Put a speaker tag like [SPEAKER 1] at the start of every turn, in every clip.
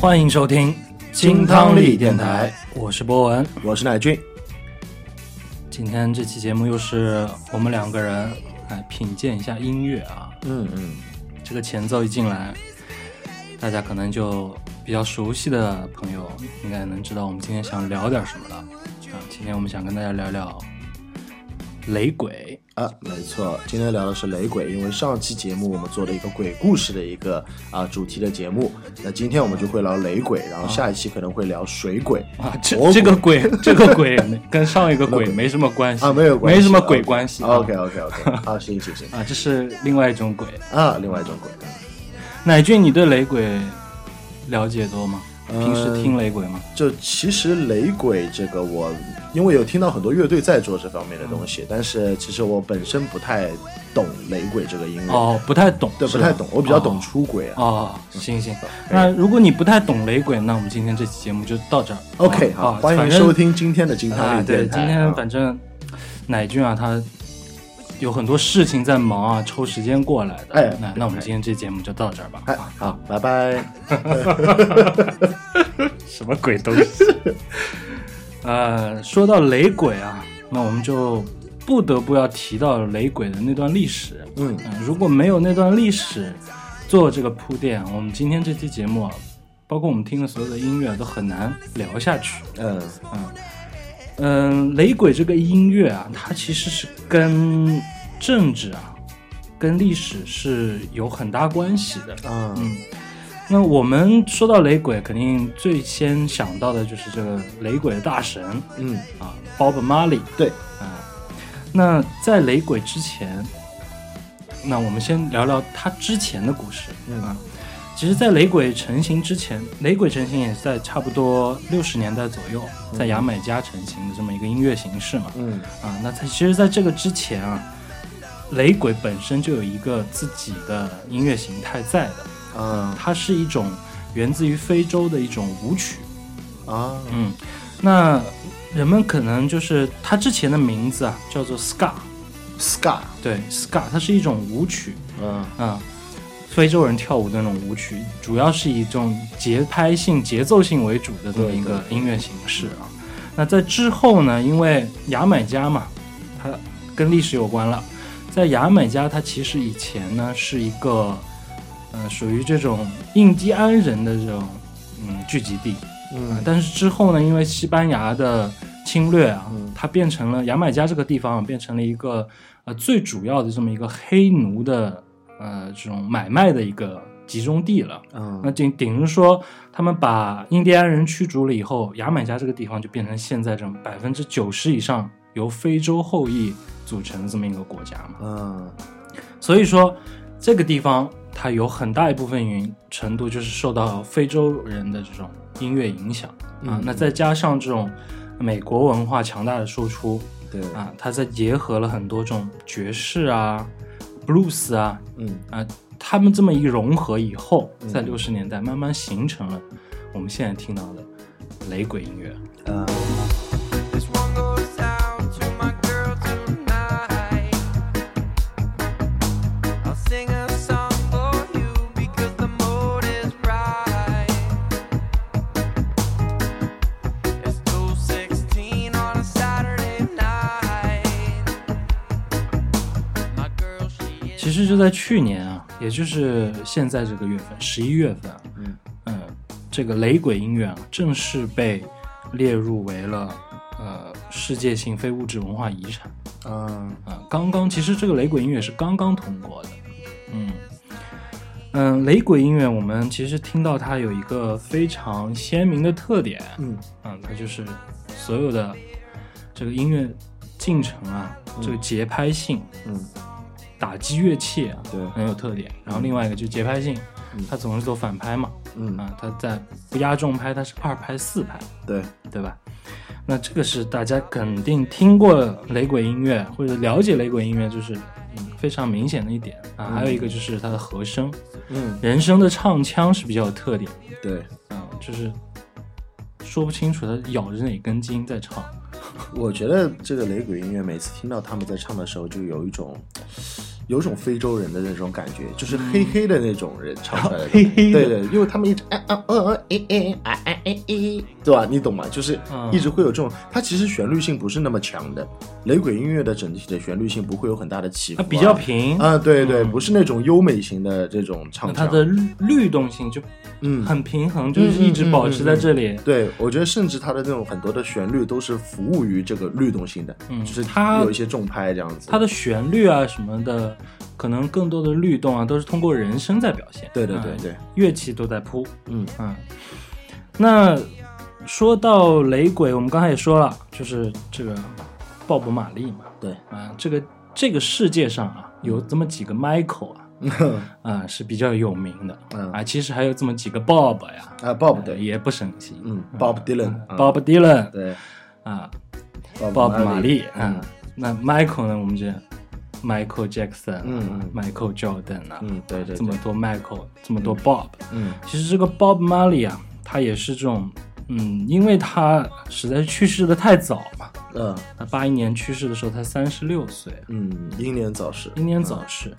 [SPEAKER 1] 欢迎收听金汤力电台，我是博文。
[SPEAKER 2] 我是乃俊。
[SPEAKER 1] 今天这期节目又是我们两个人来品鉴一下音乐啊。
[SPEAKER 2] 嗯嗯，
[SPEAKER 1] 这个前奏一进来，大家可能就比较熟悉的朋友应该能知道我们今天想聊点什么了啊。今天我们想跟大家聊 聊雷鬼，
[SPEAKER 2] 啊，没错，今天聊的是雷鬼，因为上期节目我们做了一个鬼故事的一个啊主题的节目，那今天我们就会聊雷鬼，然后下一期可能会聊水鬼哦
[SPEAKER 1] 啊，这
[SPEAKER 2] 魔鬼
[SPEAKER 1] 这个鬼， 这个鬼跟上一个鬼没什么关系
[SPEAKER 2] 啊，没有关系，
[SPEAKER 1] 没什么鬼关系啊
[SPEAKER 2] OK OK OK，啊，行行行
[SPEAKER 1] 啊，这是另外一种鬼。
[SPEAKER 2] 啊，另外一种鬼，
[SPEAKER 1] 乃俊，你对雷鬼了解多吗？
[SPEAKER 2] 呃
[SPEAKER 1] 平时听雷鬼吗？
[SPEAKER 2] 就其实雷鬼这个我，因为有听到很多乐队在做这方面的东
[SPEAKER 1] 嗯
[SPEAKER 2] 西，但是其实我本身不太懂雷鬼这个音乐，
[SPEAKER 1] 哦，不太懂，
[SPEAKER 2] 对，
[SPEAKER 1] 是
[SPEAKER 2] 不
[SPEAKER 1] 吧
[SPEAKER 2] 太懂，我比较懂出轨啊。
[SPEAKER 1] 哦。哦，行行，
[SPEAKER 2] 可以
[SPEAKER 1] 那如果你不太懂雷鬼，那我们今天这期节目就到这儿。
[SPEAKER 2] OK，
[SPEAKER 1] 好，
[SPEAKER 2] 好，
[SPEAKER 1] 啊
[SPEAKER 2] 欢迎收听今天的金
[SPEAKER 1] 反正
[SPEAKER 2] 汤
[SPEAKER 1] 啊，
[SPEAKER 2] 力
[SPEAKER 1] 对，
[SPEAKER 2] 电台。
[SPEAKER 1] 今天
[SPEAKER 2] 啊
[SPEAKER 1] 反正乃俊啊，他有很多事情在忙啊，抽时间过来的。
[SPEAKER 2] 哎
[SPEAKER 1] 那那我们今天这节目就到这儿吧。啊
[SPEAKER 2] 哎，好，拜拜。
[SPEAKER 1] 什么鬼东西？呃，说到雷鬼啊，那我们就不得不要提到雷鬼的那段历史。
[SPEAKER 2] 嗯
[SPEAKER 1] 嗯、如果没有那段历史做这个铺垫，我们今天这期节目啊，包括我们听的所有的音乐都很难聊下去。
[SPEAKER 2] 嗯
[SPEAKER 1] 嗯，雷鬼这个音乐啊，它其实是跟政治啊、跟历史是有很大关系的。
[SPEAKER 2] 啊
[SPEAKER 1] 嗯，那我们说到雷鬼，肯定最先想到的就是这个雷鬼的大神
[SPEAKER 2] 嗯，
[SPEAKER 1] 啊，Bob Marley
[SPEAKER 2] 对，
[SPEAKER 1] 啊。那在雷鬼之前，那我们先聊聊他之前的故事
[SPEAKER 2] 嗯
[SPEAKER 1] 啊。其实，在雷鬼成型之前，雷鬼成型也是在差不多六十年代左右，在牙买加成型的这么一个音乐形式嘛。
[SPEAKER 2] 嗯
[SPEAKER 1] 啊，那它其实在这个之前啊，雷鬼本身就有一个自己的音乐形态在的。
[SPEAKER 2] 啊
[SPEAKER 1] 它是一种源自于非洲的一种舞曲。
[SPEAKER 2] 啊
[SPEAKER 1] 嗯，那人们可能就是它之前的名字啊，叫做 ska，
[SPEAKER 2] ，ska，
[SPEAKER 1] 对 ska，它是一种舞曲
[SPEAKER 2] 嗯
[SPEAKER 1] 啊、非洲人跳舞的那种舞曲，主要是以这种节拍性、节奏性为主的这么一个音乐形式啊。那在之后呢，因为牙买加嘛，它跟历史有关了，在牙买加它其实以前呢是一个，呃，属于这种印第安人的这种嗯聚集地，啊
[SPEAKER 2] 嗯
[SPEAKER 1] 但是之后呢，因为西班牙的侵略啊
[SPEAKER 2] 嗯，
[SPEAKER 1] 它变成了牙买加这个地方啊变成了一个呃最主要的这么一个黑奴的呃这种买卖的一个集中地了。那
[SPEAKER 2] 嗯
[SPEAKER 1] 顶顶于说，他们把印第安人驱逐了以后，牙买加这个地方就变成现在这种百分之九十以上由非洲后裔组成的这么一个国家嘛。
[SPEAKER 2] 嗯
[SPEAKER 1] 所以说，这个地方它有很大一部分原因程度就是受到非洲人的这种音乐影响、啊
[SPEAKER 2] 嗯。
[SPEAKER 1] 那再加上这种美国文化强大的输出
[SPEAKER 2] 对，
[SPEAKER 1] 啊，它再结合了很多这种爵士啊、blues 啊
[SPEAKER 2] 嗯
[SPEAKER 1] 啊，他们这么一融合以后，
[SPEAKER 2] 嗯
[SPEAKER 1] 在六十年代慢慢形成了我们现在听到的雷鬼音乐。
[SPEAKER 2] 嗯
[SPEAKER 3] This one goes out to my girl tonight. I'll sing a song for you because the mood is right. It's 2:16 on a Saturday night. My girl, she
[SPEAKER 1] 其
[SPEAKER 3] is.
[SPEAKER 1] 实就在去年啊，也就是现在这个月份，十一月份啊，
[SPEAKER 2] 嗯
[SPEAKER 1] 嗯，这个雷鬼音乐啊，正式被列入为了呃世界性非物质文化遗产
[SPEAKER 2] 啊
[SPEAKER 1] 啊、刚刚其实这个雷鬼音乐是刚刚通过的，嗯嗯，雷鬼音乐我们其实听到它有一个非常鲜明的特点，
[SPEAKER 2] 嗯
[SPEAKER 1] 嗯，它就是所有的这个音乐进程啊，这个节拍性、
[SPEAKER 2] 嗯
[SPEAKER 1] 打击乐器啊，
[SPEAKER 2] 对
[SPEAKER 1] 很有特点。然后另外一个就是节拍性，
[SPEAKER 2] 嗯
[SPEAKER 1] 它总是走反拍嘛，
[SPEAKER 2] 嗯，
[SPEAKER 1] 啊，它在不压重拍，它是二拍四拍，
[SPEAKER 2] 对，
[SPEAKER 1] 对吧？那这个是大家肯定听过雷鬼音乐或者了解雷鬼音乐，就是嗯非常明显的一点啊。还有一个就是它的和声，
[SPEAKER 2] 嗯
[SPEAKER 1] 人声的唱腔是比较有特点，
[SPEAKER 2] 对，
[SPEAKER 1] 啊，就是说不清楚它咬着哪根筋在唱。
[SPEAKER 2] 我觉得这个雷鬼音乐每次听到他们在唱的时候，就有一种有种非洲人的那种感觉，就是黑黑的那种人唱出来的，
[SPEAKER 1] 嗯 黑黑的
[SPEAKER 2] 对对，因为他们一直啊啊啊哎哎啊啊哎哎，对吧？你懂吗？就是
[SPEAKER 1] 嗯
[SPEAKER 2] 一直会有这种，它其实旋律性不是那么强的，雷鬼音乐的整体的旋律性不会有很大的起伏
[SPEAKER 1] 它
[SPEAKER 2] 啊，
[SPEAKER 1] 比较平，
[SPEAKER 2] 啊，对对，不是那种优美型的这种唱
[SPEAKER 1] 那
[SPEAKER 2] 腔，
[SPEAKER 1] 它的律动性就
[SPEAKER 2] 嗯
[SPEAKER 1] 很平衡，就是一直保持在这里。
[SPEAKER 2] 对，我觉得甚至它的那种很多的旋律都是服务于这个律动性的，
[SPEAKER 1] 嗯
[SPEAKER 2] 就是
[SPEAKER 1] 它
[SPEAKER 2] 有一些重拍这样子。
[SPEAKER 1] 它的旋律啊什么的，可能更多的律动啊都是通过人声在表现。
[SPEAKER 2] 对对对
[SPEAKER 1] 嗯
[SPEAKER 2] 对，
[SPEAKER 1] 乐器都在铺。
[SPEAKER 2] 嗯
[SPEAKER 1] 嗯，那说到雷鬼，我们刚才也说了，就是这个鲍勃·马利嘛，
[SPEAKER 2] 对，
[SPEAKER 1] 啊，这个这个世界上啊，有这么几个 Michael 啊，啊是比较有名的，
[SPEAKER 2] 嗯
[SPEAKER 1] 啊，其实还有这么几个 Bob 呀，
[SPEAKER 2] 啊，Bob 对，
[SPEAKER 1] 也不省心，
[SPEAKER 2] 嗯，Bob Dylan，嗯
[SPEAKER 1] 啊，Bob Dylan
[SPEAKER 2] 对
[SPEAKER 1] 啊
[SPEAKER 2] ，Bob
[SPEAKER 1] ，Bob 马利
[SPEAKER 2] 嗯
[SPEAKER 1] 啊，那 Michael 呢，我们这 Michael Jackson，啊
[SPEAKER 2] 嗯嗯
[SPEAKER 1] ，Michael Jordan 啊，
[SPEAKER 2] 嗯，对对，
[SPEAKER 1] 这么
[SPEAKER 2] 对
[SPEAKER 1] 多 Michael，这么多 Bob，
[SPEAKER 2] 嗯
[SPEAKER 1] 其实这个 Bob Marley 啊，他也是这种，嗯，因为他实在是去世的太早嘛，
[SPEAKER 2] 嗯
[SPEAKER 1] 呃他八一年去世的时候才三十六岁，啊
[SPEAKER 2] 嗯，英年早逝，
[SPEAKER 1] 英年早逝。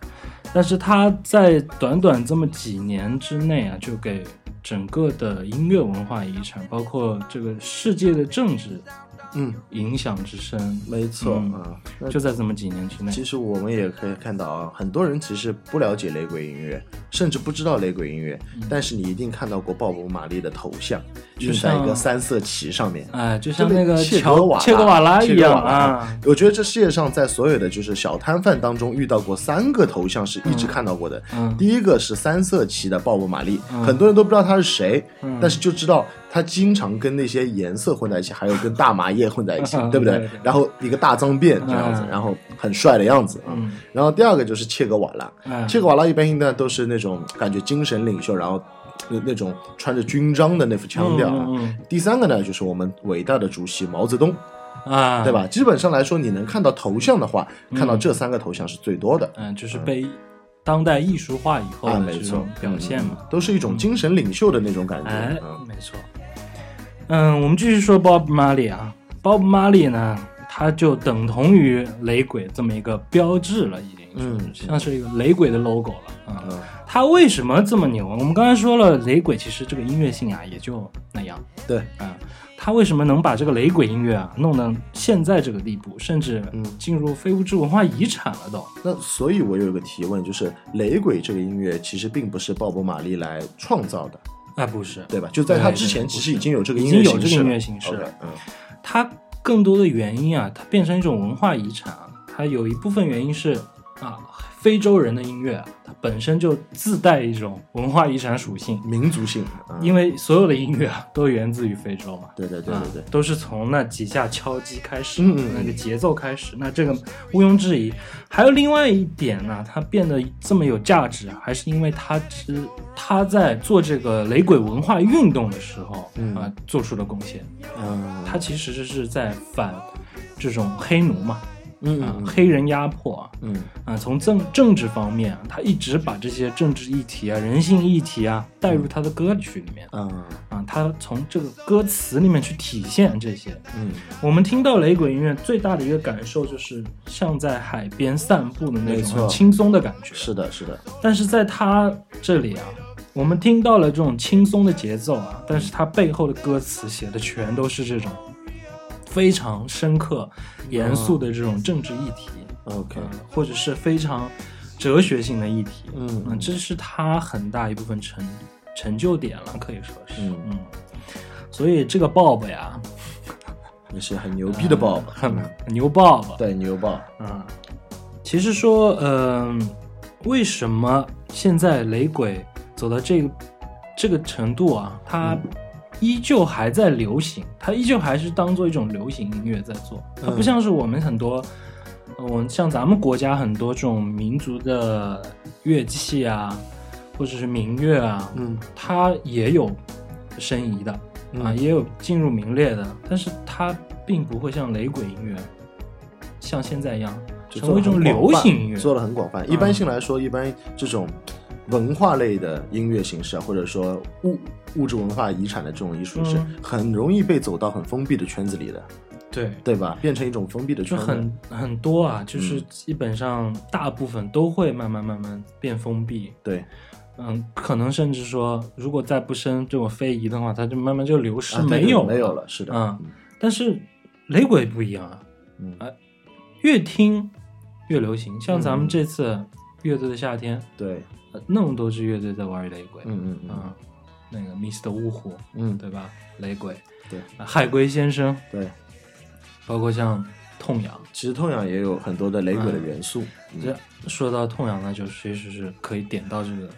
[SPEAKER 1] 但是他在短短这么几年之内啊，就给整个的音乐文化遗产，包括这个世界的政治
[SPEAKER 2] 嗯，
[SPEAKER 1] 影响之深，
[SPEAKER 2] 没错
[SPEAKER 1] 嗯
[SPEAKER 2] 啊， 那
[SPEAKER 1] 就在这么几年之内。
[SPEAKER 2] 其实我们也可以看到啊，很多人其实不了解雷鬼音乐，甚至不知道雷鬼音乐，
[SPEAKER 1] 嗯
[SPEAKER 2] 但是你一定看到过鲍勃·马利的头像，印在一个
[SPEAKER 1] 像
[SPEAKER 2] 三色旗上面。
[SPEAKER 1] 哎，就像
[SPEAKER 2] 这
[SPEAKER 1] 那
[SPEAKER 2] 个
[SPEAKER 1] 个
[SPEAKER 2] 切
[SPEAKER 1] 乔
[SPEAKER 2] 格瓦拉
[SPEAKER 1] 切格瓦拉
[SPEAKER 2] 切
[SPEAKER 1] 一
[SPEAKER 2] 格
[SPEAKER 1] 样
[SPEAKER 2] 瓦拉
[SPEAKER 1] 啊，
[SPEAKER 2] 嗯我觉得这世界上在所有的就是小摊贩当中遇到过三个头像是一直看到过的。
[SPEAKER 1] 嗯
[SPEAKER 2] 第一个是三色旗的鲍勃·马利，很多人都不知道他是谁，
[SPEAKER 1] 嗯
[SPEAKER 2] 但是就知道他经常跟那些颜色混在一起，还有跟大麻叶混在一起，
[SPEAKER 1] 嗯
[SPEAKER 2] 对不对？
[SPEAKER 1] 对对
[SPEAKER 2] 然后一个大脏辫这样子，
[SPEAKER 1] 嗯
[SPEAKER 2] 然后很帅的样子啊。
[SPEAKER 1] 嗯
[SPEAKER 2] 然后第二个就是切格瓦拉，
[SPEAKER 1] 嗯
[SPEAKER 2] 切格瓦拉一般现在都是那种感觉精神领袖，然后那那种穿着军章的那副腔调啊。
[SPEAKER 1] 嗯嗯
[SPEAKER 2] 第三个呢，就是我们伟大的主席毛泽东，
[SPEAKER 1] 嗯啊，
[SPEAKER 2] 对？吧？基本上来说，你能看到头像的话，看到这三个头像是最多的。
[SPEAKER 1] 嗯，就是被当代艺术化以后
[SPEAKER 2] 啊，
[SPEAKER 1] 的
[SPEAKER 2] 没
[SPEAKER 1] 这
[SPEAKER 2] 错嗯
[SPEAKER 1] 种，表现嘛。
[SPEAKER 2] 都是一种精神领袖的那种感觉。
[SPEAKER 1] 哎
[SPEAKER 2] 嗯，
[SPEAKER 1] 没错。嗯，我们继续说 Bob Marley 啊，Bob Marley 呢，他就等同于雷鬼这么一个标志了，已经
[SPEAKER 2] 嗯
[SPEAKER 1] 是像是一个雷鬼的 logo 了啊。
[SPEAKER 2] 嗯
[SPEAKER 1] 他为什么这么牛？我们刚才说了，雷鬼其实这个音乐性啊，也就那样。
[SPEAKER 2] 对，
[SPEAKER 1] 啊，他为什么能把这个雷鬼音乐啊弄到现在这个地步，甚至
[SPEAKER 2] 嗯
[SPEAKER 1] 进入非物质文化遗产了都？
[SPEAKER 2] 那所以我有一个提问，就是雷鬼这个音乐其实并不是鲍勃·马利来创造的，
[SPEAKER 1] 哎，不是，
[SPEAKER 2] 对吧？就在他
[SPEAKER 1] 对
[SPEAKER 2] 之前，
[SPEAKER 1] 对
[SPEAKER 2] 其实已经有这个
[SPEAKER 1] 已
[SPEAKER 2] 音
[SPEAKER 1] 经
[SPEAKER 2] 乐
[SPEAKER 1] 有
[SPEAKER 2] 形
[SPEAKER 1] 这个
[SPEAKER 2] 式
[SPEAKER 1] 音
[SPEAKER 2] 了
[SPEAKER 1] 乐。形式
[SPEAKER 2] OK，
[SPEAKER 1] 了。
[SPEAKER 2] 嗯
[SPEAKER 1] 它更多的原因啊，它变成一种文化遗产啊，它有一部分原因是啊，非洲人的音乐啊，它本身就自带一种文化遗产属性，
[SPEAKER 2] 民族性，嗯
[SPEAKER 1] 因为所有的音乐啊都源自于非洲嘛。
[SPEAKER 2] 对对对
[SPEAKER 1] 啊
[SPEAKER 2] 对对，
[SPEAKER 1] 都是从那几下敲击开始，
[SPEAKER 2] 嗯嗯嗯
[SPEAKER 1] 那个节奏开始，那这个毋庸置疑。还有另外一点呢、它变得这么有价值啊，还是因为它之它在做这个雷鬼文化运动的时候、
[SPEAKER 2] 嗯
[SPEAKER 1] 啊做出的贡献。
[SPEAKER 2] 嗯
[SPEAKER 1] 他其实是在反这种黑奴嘛，
[SPEAKER 2] 嗯
[SPEAKER 1] 啊
[SPEAKER 2] 嗯，
[SPEAKER 1] 黑人压迫啊，
[SPEAKER 2] 嗯
[SPEAKER 1] 啊，从政政治方面啊，他一直把这些政治议题啊、人性议题啊带入他的歌曲里面
[SPEAKER 2] 嗯
[SPEAKER 1] 啊，他从这个歌词里面去体现这些。
[SPEAKER 2] 嗯，
[SPEAKER 1] 我们听到雷鬼音乐最大的一个感受就是像在海边散步的那
[SPEAKER 2] 没
[SPEAKER 1] 种
[SPEAKER 2] 错
[SPEAKER 1] 很轻松的感觉，
[SPEAKER 2] 是的，是的，
[SPEAKER 1] 但是在他这里啊，我们听到了这种轻松的节奏啊，但是他背后的歌词写的全都是这种非常深刻、严肃的这种政治议题，
[SPEAKER 2] OK
[SPEAKER 1] 呃或者是非常哲学性的议题。
[SPEAKER 2] 嗯
[SPEAKER 1] 嗯，这是他很大一部分成成就点了，可以说是。
[SPEAKER 2] 嗯
[SPEAKER 1] 所以这个 Bob 呀，嗯
[SPEAKER 2] 也是很牛逼的 Bob，
[SPEAKER 1] 很牛 Bob，
[SPEAKER 2] 对牛 Bob，
[SPEAKER 1] 啊，其实说，嗯、为什么现在雷鬼走到这个这个程度啊，它
[SPEAKER 2] 嗯
[SPEAKER 1] 依旧还在流行，它依旧还是当做一种流行音乐在做，它不
[SPEAKER 2] 嗯
[SPEAKER 1] 像是我们很多，呃我、们像咱们国家很多这种民族的乐器啊，或者是民乐啊，
[SPEAKER 2] 嗯
[SPEAKER 1] 它也有申遗的啊，
[SPEAKER 2] 嗯
[SPEAKER 1] 也有进入名列的，但是它并不会像雷鬼音乐，像现在一样
[SPEAKER 2] 就
[SPEAKER 1] 成为一
[SPEAKER 2] 做得
[SPEAKER 1] 种
[SPEAKER 2] 很
[SPEAKER 1] 流
[SPEAKER 2] 广泛
[SPEAKER 1] 行音乐。嗯
[SPEAKER 2] 做的很广泛。一般性来说，一般这种文化类的音乐形式啊，或者说物物质文化遗产的这种艺术形式
[SPEAKER 1] 嗯，
[SPEAKER 2] 很容易被走到很封闭的圈子里的。
[SPEAKER 1] 对，
[SPEAKER 2] 对吧？变成一种封闭的嗯
[SPEAKER 1] 就
[SPEAKER 2] 圈子，
[SPEAKER 1] 很很多啊，就是基本上大部分都会慢慢慢慢变封闭。
[SPEAKER 2] 对，
[SPEAKER 1] 嗯，可能甚至说，如果再不生这种非遗的话，它就慢慢就流失、
[SPEAKER 2] 啊对
[SPEAKER 1] 没
[SPEAKER 2] 对
[SPEAKER 1] 有
[SPEAKER 2] 没有。了，是的，
[SPEAKER 1] 嗯但是雷鬼不一样啊，
[SPEAKER 2] 嗯
[SPEAKER 1] 啊越听越流行。像咱们
[SPEAKER 2] 嗯
[SPEAKER 1] 这次乐队的夏天，
[SPEAKER 2] 对，
[SPEAKER 1] 呃那么多支乐队在玩雷鬼，
[SPEAKER 2] 嗯嗯嗯
[SPEAKER 1] 啊，那个 Mr. 呜呼，
[SPEAKER 2] 嗯，
[SPEAKER 1] 对吧？雷鬼，
[SPEAKER 2] 对
[SPEAKER 1] 啊海龟先生，
[SPEAKER 2] 对。
[SPEAKER 1] 包括像痛痒。
[SPEAKER 2] 其实痛痒也有很多的雷
[SPEAKER 1] 嗯
[SPEAKER 2] 鬼的元素，嗯
[SPEAKER 1] 这说到痛痒，那就其实是可以点到这个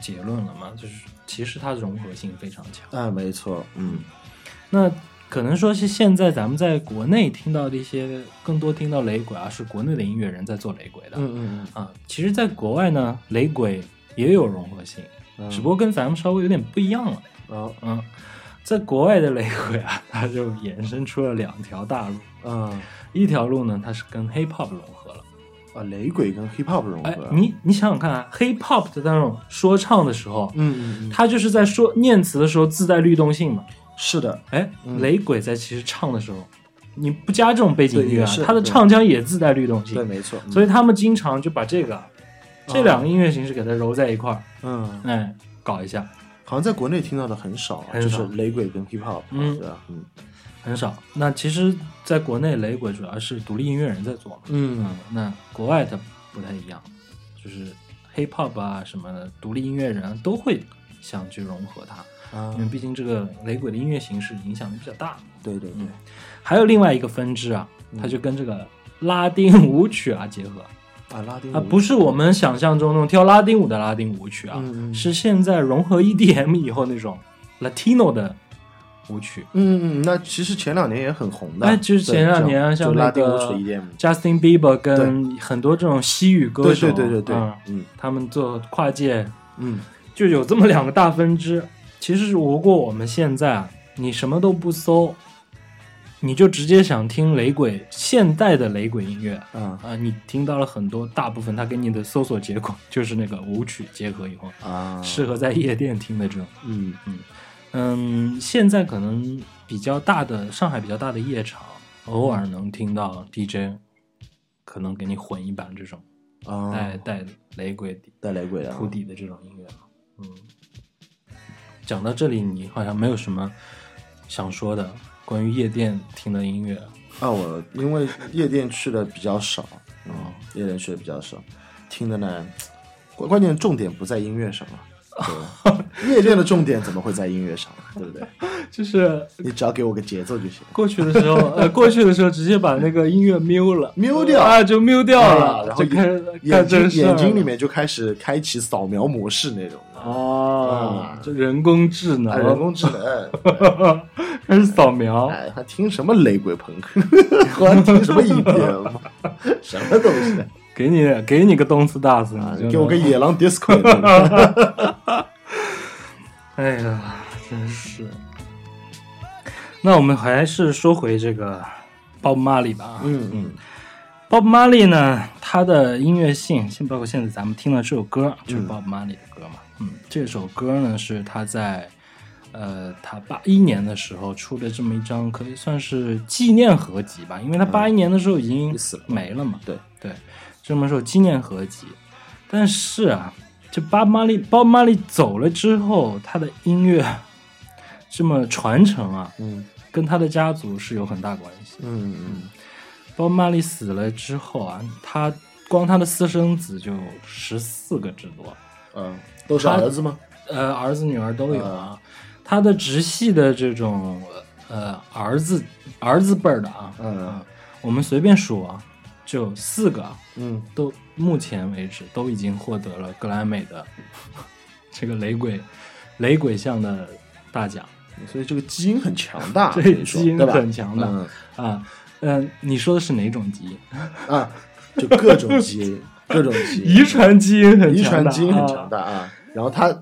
[SPEAKER 1] 结论了嘛，就是其实它融合性非常强。
[SPEAKER 2] 啊，没错，嗯，
[SPEAKER 1] 那可能说是现在咱们在国内听到的一些，更多听到雷鬼啊，是国内的音乐人在做雷鬼的、
[SPEAKER 2] 嗯嗯
[SPEAKER 1] 啊。其实，在国外呢，雷鬼也有融合性，
[SPEAKER 2] 嗯
[SPEAKER 1] 只不过跟咱们稍微有点不一样了。
[SPEAKER 2] 嗯，啊
[SPEAKER 1] 嗯，在国外的雷鬼啊，它就衍生出了两条大路，
[SPEAKER 2] 啊
[SPEAKER 1] 一条路呢，它是跟 hip hop 融合了。
[SPEAKER 2] 啊，雷鬼跟 hip hop 融合
[SPEAKER 1] 哎，，你你想想看啊，hip hop 的那种说唱的时候，
[SPEAKER 2] 嗯嗯嗯，
[SPEAKER 1] 它就是在说念词的时候自带律动性嘛。
[SPEAKER 2] 是的，
[SPEAKER 1] 哎，
[SPEAKER 2] 嗯
[SPEAKER 1] 雷鬼在其实唱的时候，你不加这种背景音
[SPEAKER 2] 对
[SPEAKER 1] 乐
[SPEAKER 2] 也
[SPEAKER 1] 啊
[SPEAKER 2] 是，
[SPEAKER 1] 它的
[SPEAKER 2] 对
[SPEAKER 1] 唱腔也自带律动
[SPEAKER 2] 对，
[SPEAKER 1] 性，
[SPEAKER 2] 没错，啊
[SPEAKER 1] 所
[SPEAKER 2] 以
[SPEAKER 1] 以他们经常就把这个啊这两个音乐形式给它揉在一块儿，
[SPEAKER 2] 嗯，
[SPEAKER 1] 哎，搞一下，
[SPEAKER 2] 好像在国内听到的很少，啊
[SPEAKER 1] 很
[SPEAKER 2] 就是
[SPEAKER 1] 少
[SPEAKER 2] 雷鬼跟 hip hop，
[SPEAKER 1] 嗯
[SPEAKER 2] 对吧？嗯
[SPEAKER 1] 很少。那其实，在国内雷鬼主要是独立音乐人在做嘛，
[SPEAKER 2] 嗯
[SPEAKER 1] 嗯，那国外它不太一样，就是 hip hop 啊什么的，独立音乐人啊都会想去融合它。
[SPEAKER 2] 啊
[SPEAKER 1] 因，为毕竟这个雷鬼的音乐形式影响力比较大。嗯
[SPEAKER 2] 对对对，
[SPEAKER 1] 还有另外一个分支啊，它就跟这个拉丁舞曲啊结合
[SPEAKER 2] 啊，拉丁
[SPEAKER 1] 啊，
[SPEAKER 2] 舞
[SPEAKER 1] 不是我们想象中那种跳拉丁舞的拉丁舞曲啊，
[SPEAKER 2] 嗯嗯
[SPEAKER 1] 是现在融合 EDM 以后那种 Latino 的舞曲。
[SPEAKER 2] 嗯嗯，那其实前两年也很红的，
[SPEAKER 1] 哎就是前两年啊
[SPEAKER 2] 对
[SPEAKER 1] 像
[SPEAKER 2] 就拉丁舞
[SPEAKER 1] 那
[SPEAKER 2] 曲
[SPEAKER 1] 个
[SPEAKER 2] EDM，
[SPEAKER 1] Justin Bieber 跟很多这种西语歌
[SPEAKER 2] 对
[SPEAKER 1] 手，
[SPEAKER 2] 对对对对
[SPEAKER 1] 嗯，
[SPEAKER 2] 嗯
[SPEAKER 1] 他们做跨界
[SPEAKER 2] 嗯
[SPEAKER 1] 就有这么两个大分支。其实如果我们现在啊，你什么都不搜，你就直接想听雷鬼现代的雷鬼音乐啊、
[SPEAKER 2] 啊
[SPEAKER 1] 你听到了很多，大部分它给你的搜索结果就是那个舞曲结合以后，
[SPEAKER 2] 啊，
[SPEAKER 1] 适合在夜店听的这种。
[SPEAKER 2] 嗯
[SPEAKER 1] 嗯，现在可能比较大的上海比较大的夜场，偶尔能听到 DJ 可能给你混一版这种
[SPEAKER 2] 啊，
[SPEAKER 1] 带带雷鬼底
[SPEAKER 2] 带雷鬼的啊
[SPEAKER 1] 铺底的这种音乐嘛。嗯，讲到这里，你好像没有什么想说的关于夜店听的音乐。
[SPEAKER 2] 啊，我因为夜店去的比较少，嗯
[SPEAKER 1] 哦，
[SPEAKER 2] 夜店去的比较少，听的呢，关关键重点不在音乐上了。 对，夜店的重点怎么会在音乐上，啊对不对？
[SPEAKER 1] 就是
[SPEAKER 2] 你只要给我个节奏就行。
[SPEAKER 1] 过去的 时候，呃，过去的时候直接把那个音乐 mute 了
[SPEAKER 2] 瞄掉
[SPEAKER 1] 啊，就 mute 掉了，
[SPEAKER 2] 啊然后
[SPEAKER 1] 就开
[SPEAKER 2] 眼
[SPEAKER 1] 始干
[SPEAKER 2] 眼
[SPEAKER 1] 这
[SPEAKER 2] 睛
[SPEAKER 1] 事儿
[SPEAKER 2] 眼睛里面就开始开启扫描模式那种，
[SPEAKER 1] 哦
[SPEAKER 2] 啊，
[SPEAKER 1] 就人工智能，
[SPEAKER 2] 啊，人工智能，
[SPEAKER 1] 开始扫描。
[SPEAKER 2] 哎，还听什么雷鬼朋克， 还听什么 EDM，什么东西
[SPEAKER 1] 给你给你个动次打次，
[SPEAKER 2] 啊
[SPEAKER 1] 你就？能
[SPEAKER 2] 给我个 野狼 disco 也能。
[SPEAKER 1] 哎呀，真是。 那我们还是说回这个 Bob Marley 吧。
[SPEAKER 2] 嗯嗯
[SPEAKER 1] Bob Marley 呢，他的音乐性，现包括现在咱们听的这首歌，就是
[SPEAKER 2] 嗯
[SPEAKER 1] Bob Marley 的歌嘛。嗯，这首歌呢是他在呃他八一年的时候出的这么一张，可以算是纪念合集吧，因为他八一年的时候已经
[SPEAKER 2] 啊死了
[SPEAKER 1] 没了嘛。
[SPEAKER 2] 对
[SPEAKER 1] 对，这么首纪念合集。但是啊，这 Bob Marley Bob Marley 走了之后，他的音乐这么传承啊，
[SPEAKER 2] 嗯
[SPEAKER 1] 跟他的家族是有很大关系。
[SPEAKER 2] 嗯嗯。
[SPEAKER 1] 包玛丽死了之后啊，他光他的私生子就十四个之多，
[SPEAKER 2] 嗯，都是
[SPEAKER 1] 他
[SPEAKER 2] 儿子吗？嗯
[SPEAKER 1] 呃，儿子女儿都有啊。他的直系的这种呃儿子儿子辈儿的啊，
[SPEAKER 2] 嗯
[SPEAKER 1] 我们随便数啊，就四个啊
[SPEAKER 2] 嗯
[SPEAKER 1] 都目前为止都已经获得了格莱美的这个雷鬼雷鬼项的大奖。
[SPEAKER 2] 嗯所以这个基因很强 大，
[SPEAKER 1] 对
[SPEAKER 2] 可以说
[SPEAKER 1] 基因
[SPEAKER 2] 对吧
[SPEAKER 1] 很强大
[SPEAKER 2] 嗯
[SPEAKER 1] 啊，嗯、你说的是哪种基因？
[SPEAKER 2] 啊，就各种基因，各种基因，
[SPEAKER 1] 遗传基因很
[SPEAKER 2] 遗
[SPEAKER 1] 强
[SPEAKER 2] 传
[SPEAKER 1] 大
[SPEAKER 2] 基因很强
[SPEAKER 1] 啊
[SPEAKER 2] 大啊。然后他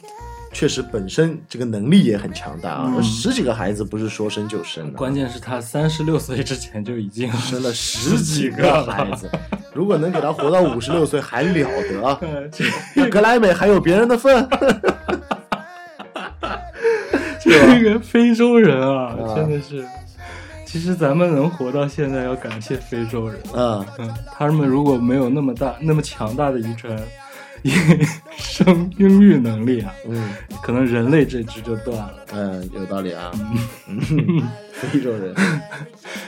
[SPEAKER 2] 确实本身这个能力也很强大啊，
[SPEAKER 1] 嗯
[SPEAKER 2] 十几个孩子不是说生就生的，
[SPEAKER 1] 关键是他三十六岁之前就已经
[SPEAKER 2] 生了十几个孩子。如果能给他活到五十六岁，还了得啊？
[SPEAKER 1] 呃，这
[SPEAKER 2] 那格莱美还有别人的份？
[SPEAKER 1] 这个非洲人啊，
[SPEAKER 2] 啊
[SPEAKER 1] 真的是其实咱们能活到现在，要感谢非洲人。
[SPEAKER 2] 嗯，
[SPEAKER 1] 嗯，他们如果没有那么大、那么强大的遗传，也 生生育能力啊，
[SPEAKER 2] 嗯
[SPEAKER 1] 可能人类这只就断了。
[SPEAKER 2] 嗯，有道理啊。非洲人，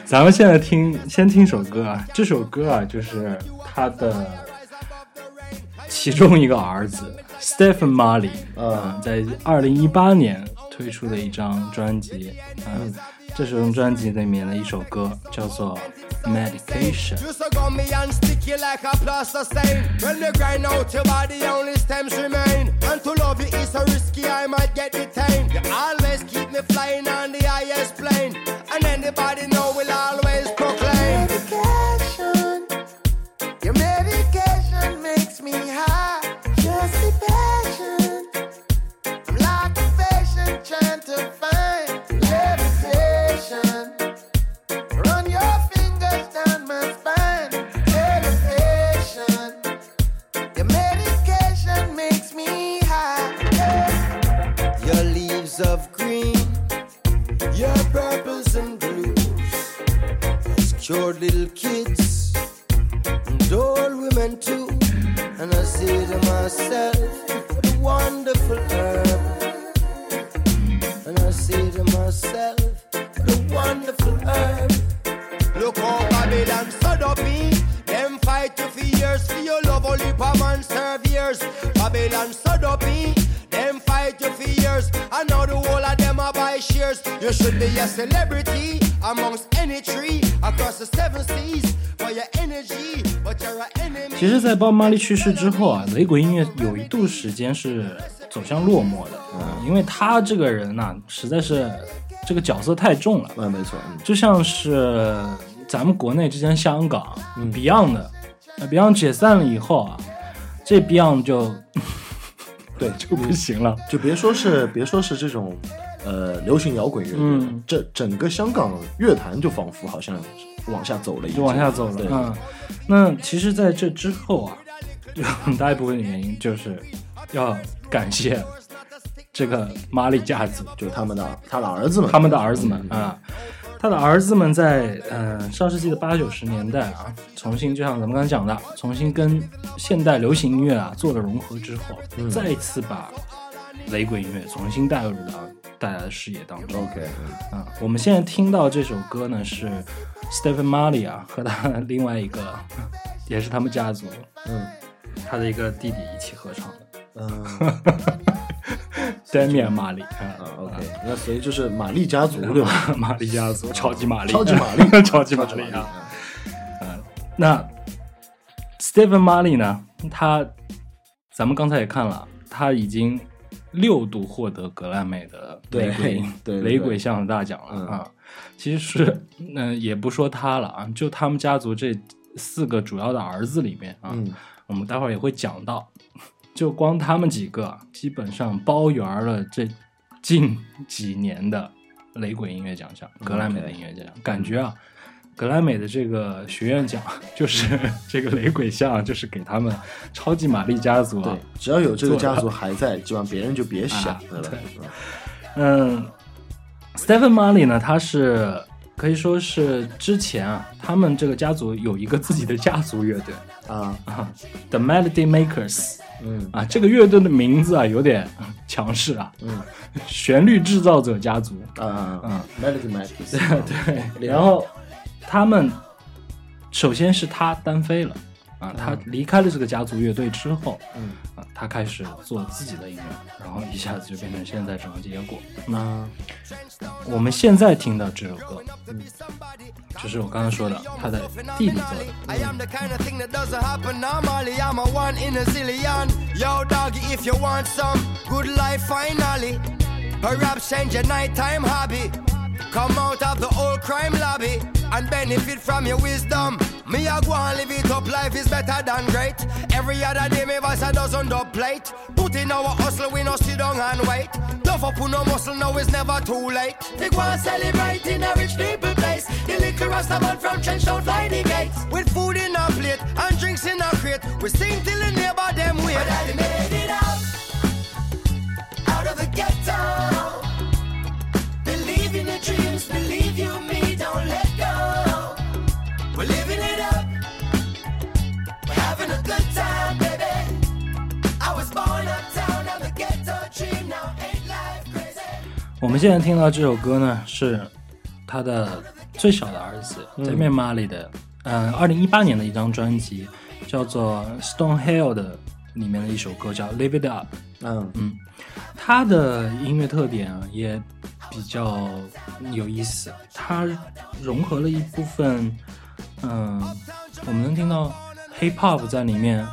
[SPEAKER 1] 咱们现在听，先听首歌啊，这首歌啊，就是他的其中一个儿子 Stephen Marley，
[SPEAKER 2] 啊
[SPEAKER 1] 呃在二零一八年推出的一张专辑，嗯，这首专辑里面的一首歌叫做 Medication。
[SPEAKER 4] You so gummy and sticky like a plaster stain. When you grind out your body, only stems remain. And to love you is so risky, I might get detained. You always keep me flying on the highest plane. And anybody know will always proclaim.
[SPEAKER 5] Medication,
[SPEAKER 4] Your medication makes me high.
[SPEAKER 5] just be patient.
[SPEAKER 4] I'm like a patient trying to find levitation.
[SPEAKER 5] Run your fingers down my spine. Medication, your medication makes me high.
[SPEAKER 4] Your leaves of green, your purples and blues. Has cured little kids and old women too. And I say to myself, what a wonderful herb. And I say to myself, what a wonderful herb. Look how Babylon stood up me. Them fight you for years for your love only for man serve years. Babylon stood up me. Them fight you for years. I know the whole of them are buy shares. You should be a celebrity amongst any tree across the seven seas for your energy, but you're an enemy.
[SPEAKER 1] 其实，在鲍马利去世之后啊，雷鬼音乐有一度时间是走向落寞的，嗯，因为他这个人呐、实在是这个角色太重了，
[SPEAKER 2] 嗯，没错，嗯
[SPEAKER 1] 就像是咱们国内之前香港、Beyond
[SPEAKER 2] 嗯
[SPEAKER 1] 的那 Beyond 解散了以后啊，这 Beyond 就
[SPEAKER 2] 对，
[SPEAKER 1] 就不行了，
[SPEAKER 2] 就别说是别说是这种呃流行摇滚乐队了，
[SPEAKER 1] 嗯
[SPEAKER 2] 这整个香港乐坛就仿佛好像往下走了一截，
[SPEAKER 1] 就往下走了
[SPEAKER 2] 对，，
[SPEAKER 1] 嗯，那其实，在这之后啊，有很大一部分的原因就是要感谢这个马里家族。
[SPEAKER 2] 就他们的他的儿子们，嗯
[SPEAKER 1] 他们的儿子们啊，他的儿子们在呃上世纪的八九十年代啊，重新就像咱们刚才讲的，啊重新跟现代流行音乐啊做了融合之后，再一次把雷鬼音乐重新带入到大家的视野当中。
[SPEAKER 2] OK，嗯
[SPEAKER 1] 啊，我们现在听到这首歌呢是 Stephen Marley 啊 和他另外一个 也是他们家族
[SPEAKER 2] 嗯
[SPEAKER 1] 他的一个弟弟一起合唱的
[SPEAKER 2] 嗯
[SPEAKER 1] Damian 马里啊
[SPEAKER 2] 啊 OK，那所以就是玛丽家族对 吧？啊
[SPEAKER 1] 马里家族，超级玛丽，
[SPEAKER 2] 超级玛丽，
[SPEAKER 1] 超级玛
[SPEAKER 2] 超级
[SPEAKER 1] 丽
[SPEAKER 2] 玛丽
[SPEAKER 1] 啊！那 Stephen Marley 呢？他咱们刚才也看了，他已经六度获得格莱美的雷鬼
[SPEAKER 2] 对对对
[SPEAKER 1] 雷鬼相声大奖了、
[SPEAKER 2] 嗯
[SPEAKER 1] 啊！其实，嗯、也不说他了啊，就他们家族这四个主要的儿子里面啊，
[SPEAKER 2] 嗯
[SPEAKER 1] 我们待会儿也会讲到，就光他们几个啊基本上包圆了这近几年的雷鬼音乐奖项，格莱
[SPEAKER 2] 嗯
[SPEAKER 1] 美的音乐奖，感觉啊，格莱美的这个学院奖就是 这个雷鬼项，就是给他们超级玛丽家族啊
[SPEAKER 2] 对，，只要有这个家族还在，基本上别人就别想
[SPEAKER 1] 啊
[SPEAKER 2] 对吧？
[SPEAKER 1] 嗯，Stephen Marley 呢，他是可以说是之前啊，他们这个家族有一个自己的家族乐队
[SPEAKER 2] 啊，
[SPEAKER 1] 啊，The Melody Makers。
[SPEAKER 2] 嗯
[SPEAKER 1] 啊，这个乐队的名字啊有点呃强势啊，
[SPEAKER 2] 嗯，
[SPEAKER 1] 旋律制造者家族，
[SPEAKER 2] 啊啊
[SPEAKER 1] 嗯
[SPEAKER 2] 啊，Melody Matters，
[SPEAKER 1] 对，然后他们首先是他单飞了啊，他离开了这个家族乐队之后，
[SPEAKER 2] 嗯
[SPEAKER 1] 啊，他开始做自己的音乐，然后一下子就变成现在这种结果。
[SPEAKER 2] 啊
[SPEAKER 1] 我们现在听到这首歌，
[SPEAKER 2] 嗯
[SPEAKER 1] 就是我刚刚说的他的弟弟做的，
[SPEAKER 4] I am the kind of thing that doesn't happen normally. I'm a one in a zillion. Yo, doggy, if you want some good life, finally. Perhaps change your nighttime hobby. Come out of the old crime lobby and benefit from your wisdom. Me, I go and live it up. Life is better than great. Every other day, me voice a dozen dub plate. Put in our hustle, we no sit down and wait. Love up, no muscle, now it's never too late. They go and celebrate in a rich people place. The little rasta man from trench don't fly the gates. With food in our plate and drinks in our crate, we sing till the neighbor them wait. But I made it out, out of the ghetto. Believe in your dreams, believe you me, don't let
[SPEAKER 1] 我们现在听到这首歌呢，是他的最小的儿子在面妈里的，嗯，二零一八年的一张专辑，叫做《Stone Hill》的里面的一首歌叫《Live It Up》。
[SPEAKER 2] 嗯
[SPEAKER 1] 他的音乐特点啊也比较有意思，他融合了一部分，嗯，我们能听到 hip hop 在里面，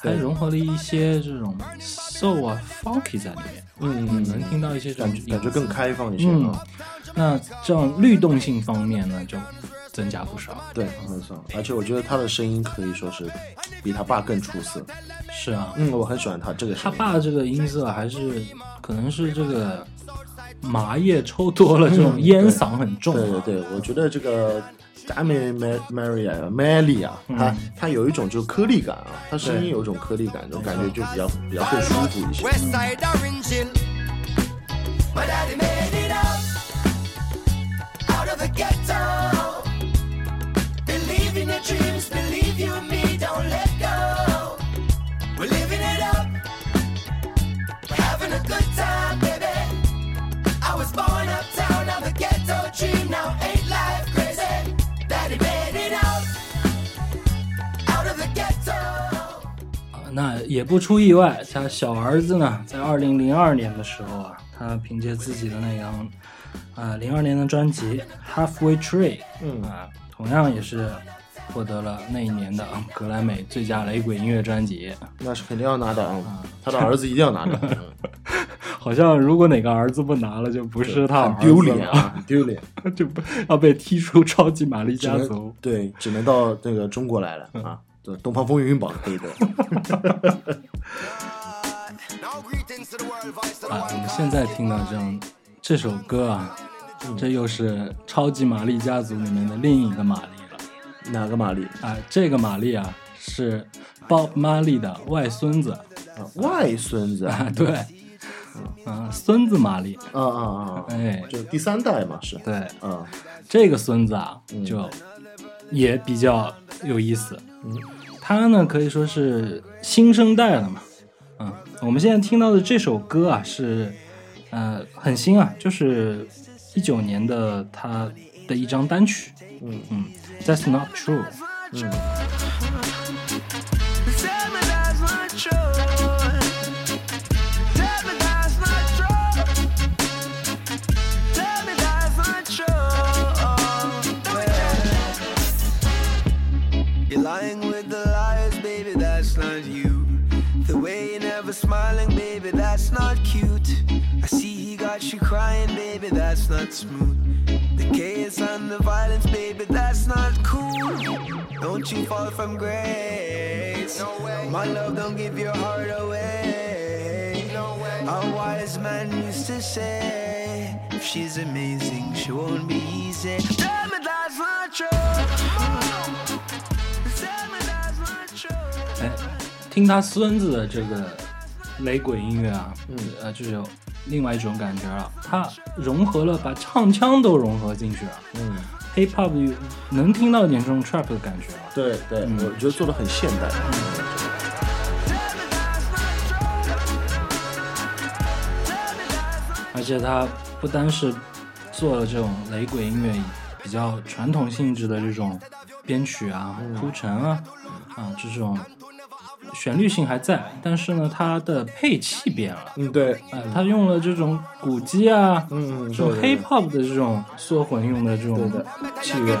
[SPEAKER 1] 还
[SPEAKER 2] 对
[SPEAKER 1] 融合了一些这种 soul 啊 funky 在里面，
[SPEAKER 2] 嗯
[SPEAKER 1] 嗯，能听到一些这种
[SPEAKER 2] 感觉感觉
[SPEAKER 1] 影子
[SPEAKER 2] 更开放一些
[SPEAKER 1] 嗯
[SPEAKER 2] 啊。
[SPEAKER 1] 那这种律动性方面呢就增加不少。
[SPEAKER 2] 对，没错。而且我觉得他的声音可以说是比他爸更出色。
[SPEAKER 1] 是啊，
[SPEAKER 2] 嗯，我很喜欢他这个
[SPEAKER 1] 他
[SPEAKER 2] 声音。
[SPEAKER 1] 爸这个音色还是可能是这个麻叶抽多了，这种烟嗓很重、啊
[SPEAKER 2] 嗯对对对，我觉得这个 Dami Maria Maria，他
[SPEAKER 1] 嗯
[SPEAKER 2] 他有一种就是颗粒感啊，他声音有一种颗粒感，这种感觉就比较比较更舒服一些。
[SPEAKER 5] West Side Orange Hill. My daddy made it up out of the ghetto. Believe in your dreams, believe you and me, don't let go. We're living it up, we're having a good time, baby. I was born uptown, now the ghetto dream, now ain't life crazy. Daddy made it up out of the ghetto.
[SPEAKER 1] 啊那也不出意外，他小儿子呢，在二零零二年的时候啊，他凭借自己的那张，啊零二年的专辑《Halfway Tree》，嗯啊，同样也是获得了那一年的格莱美最佳雷鬼音乐专辑。
[SPEAKER 2] 那是肯定要拿的啊，他的儿子一定要拿的，嗯
[SPEAKER 1] 好像如果哪个儿子不拿了，就 不是他
[SPEAKER 2] 很丢脸啊，，很丢脸。
[SPEAKER 1] 就不要被踢出超级玛丽
[SPEAKER 2] 只
[SPEAKER 1] 家
[SPEAKER 2] 能
[SPEAKER 1] 族。嗯
[SPEAKER 2] 对，只能到那个中国来了啊，对，东方风云榜可以的。
[SPEAKER 5] Now greetings to the world, voice to the
[SPEAKER 1] 啊，
[SPEAKER 5] world.
[SPEAKER 1] 我们现在听到这样这首歌啊，这又是超级玛丽家族里面的另一个玛丽了。
[SPEAKER 2] 哪个玛丽？
[SPEAKER 1] 啊，这个玛丽啊是 Bob Marley 的外孙子
[SPEAKER 2] 啊外孙子啊
[SPEAKER 1] 啊，对，啊，孙子玛丽，
[SPEAKER 2] 啊啊！啊
[SPEAKER 1] 哎，
[SPEAKER 2] 就第三代嘛是。
[SPEAKER 1] 对，
[SPEAKER 2] 啊，嗯
[SPEAKER 1] 这个孙子啊就也比较有意思，嗯，他呢可以说是新生代了嘛，嗯，我们现在听到的这首歌啊是，呃，很新啊，就是一九年的他的一张单曲，嗯嗯，That's not true。
[SPEAKER 3] Tell me that's not true. Tell me that's not true. Tell me that's not true.
[SPEAKER 4] You're lying with the liars, baby, that's not you. The way you're never smiling, baby, that's not cute. I see he got you crying, baby, that's not smooth. The chaos and the violence, baby, that's not cool. Don't you fall from grace. My love, don't give your heart away. A wise man used to say, if she's amazing, she won't be easy. Tell me that's not true. Tell me that's not true.
[SPEAKER 1] 哎，听他孙子的这个雷鬼音乐啊，嗯，呃，就是有另外一种感觉了。他融合了，把唱腔都融合进去了。嗯，hip hop 有能听到一点这种 trap 的感觉了。
[SPEAKER 2] 对对，
[SPEAKER 1] 嗯
[SPEAKER 2] 我觉得做的很现代。
[SPEAKER 1] 而且他不单是做了这种雷鬼音乐比较传统性质的这种编曲啊、铺陈啊，啊这种旋律性还在，但是呢，它的配器变了。
[SPEAKER 2] 嗯，对，
[SPEAKER 1] 哎， 他用了这种鼓机啊，
[SPEAKER 2] 嗯嗯
[SPEAKER 1] 这种
[SPEAKER 2] 对对
[SPEAKER 1] hip hop 的这种缩混用的这种
[SPEAKER 2] 对的
[SPEAKER 1] 器乐，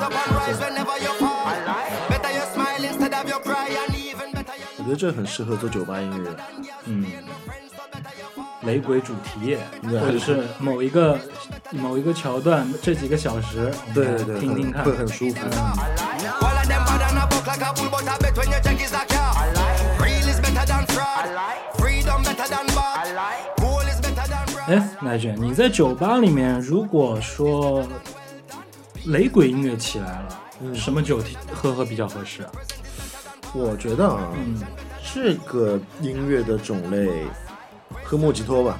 [SPEAKER 2] 我觉得这很适合做酒吧音乐。嗯
[SPEAKER 1] 嗯雷鬼主题，
[SPEAKER 2] 对
[SPEAKER 1] 或者是某一个某一个桥段，这几个小时，
[SPEAKER 2] 对
[SPEAKER 1] 我们
[SPEAKER 2] 对对，
[SPEAKER 1] 听
[SPEAKER 2] 很
[SPEAKER 1] 听看嗯
[SPEAKER 2] 会。很舒服。
[SPEAKER 5] All of them bad and a buck like a bull, but I bet when you check is a car. Real is better than fraud. Freedom better than bad. Bull is better than fraud.
[SPEAKER 1] 哎，奶卷，你在酒吧里面，如果说雷鬼音乐起来了，
[SPEAKER 2] 嗯
[SPEAKER 1] 什么酒听喝喝比较合适啊？
[SPEAKER 2] 我觉得啊，
[SPEAKER 1] 嗯
[SPEAKER 2] 这个音乐的种类，喝莫吉托吧。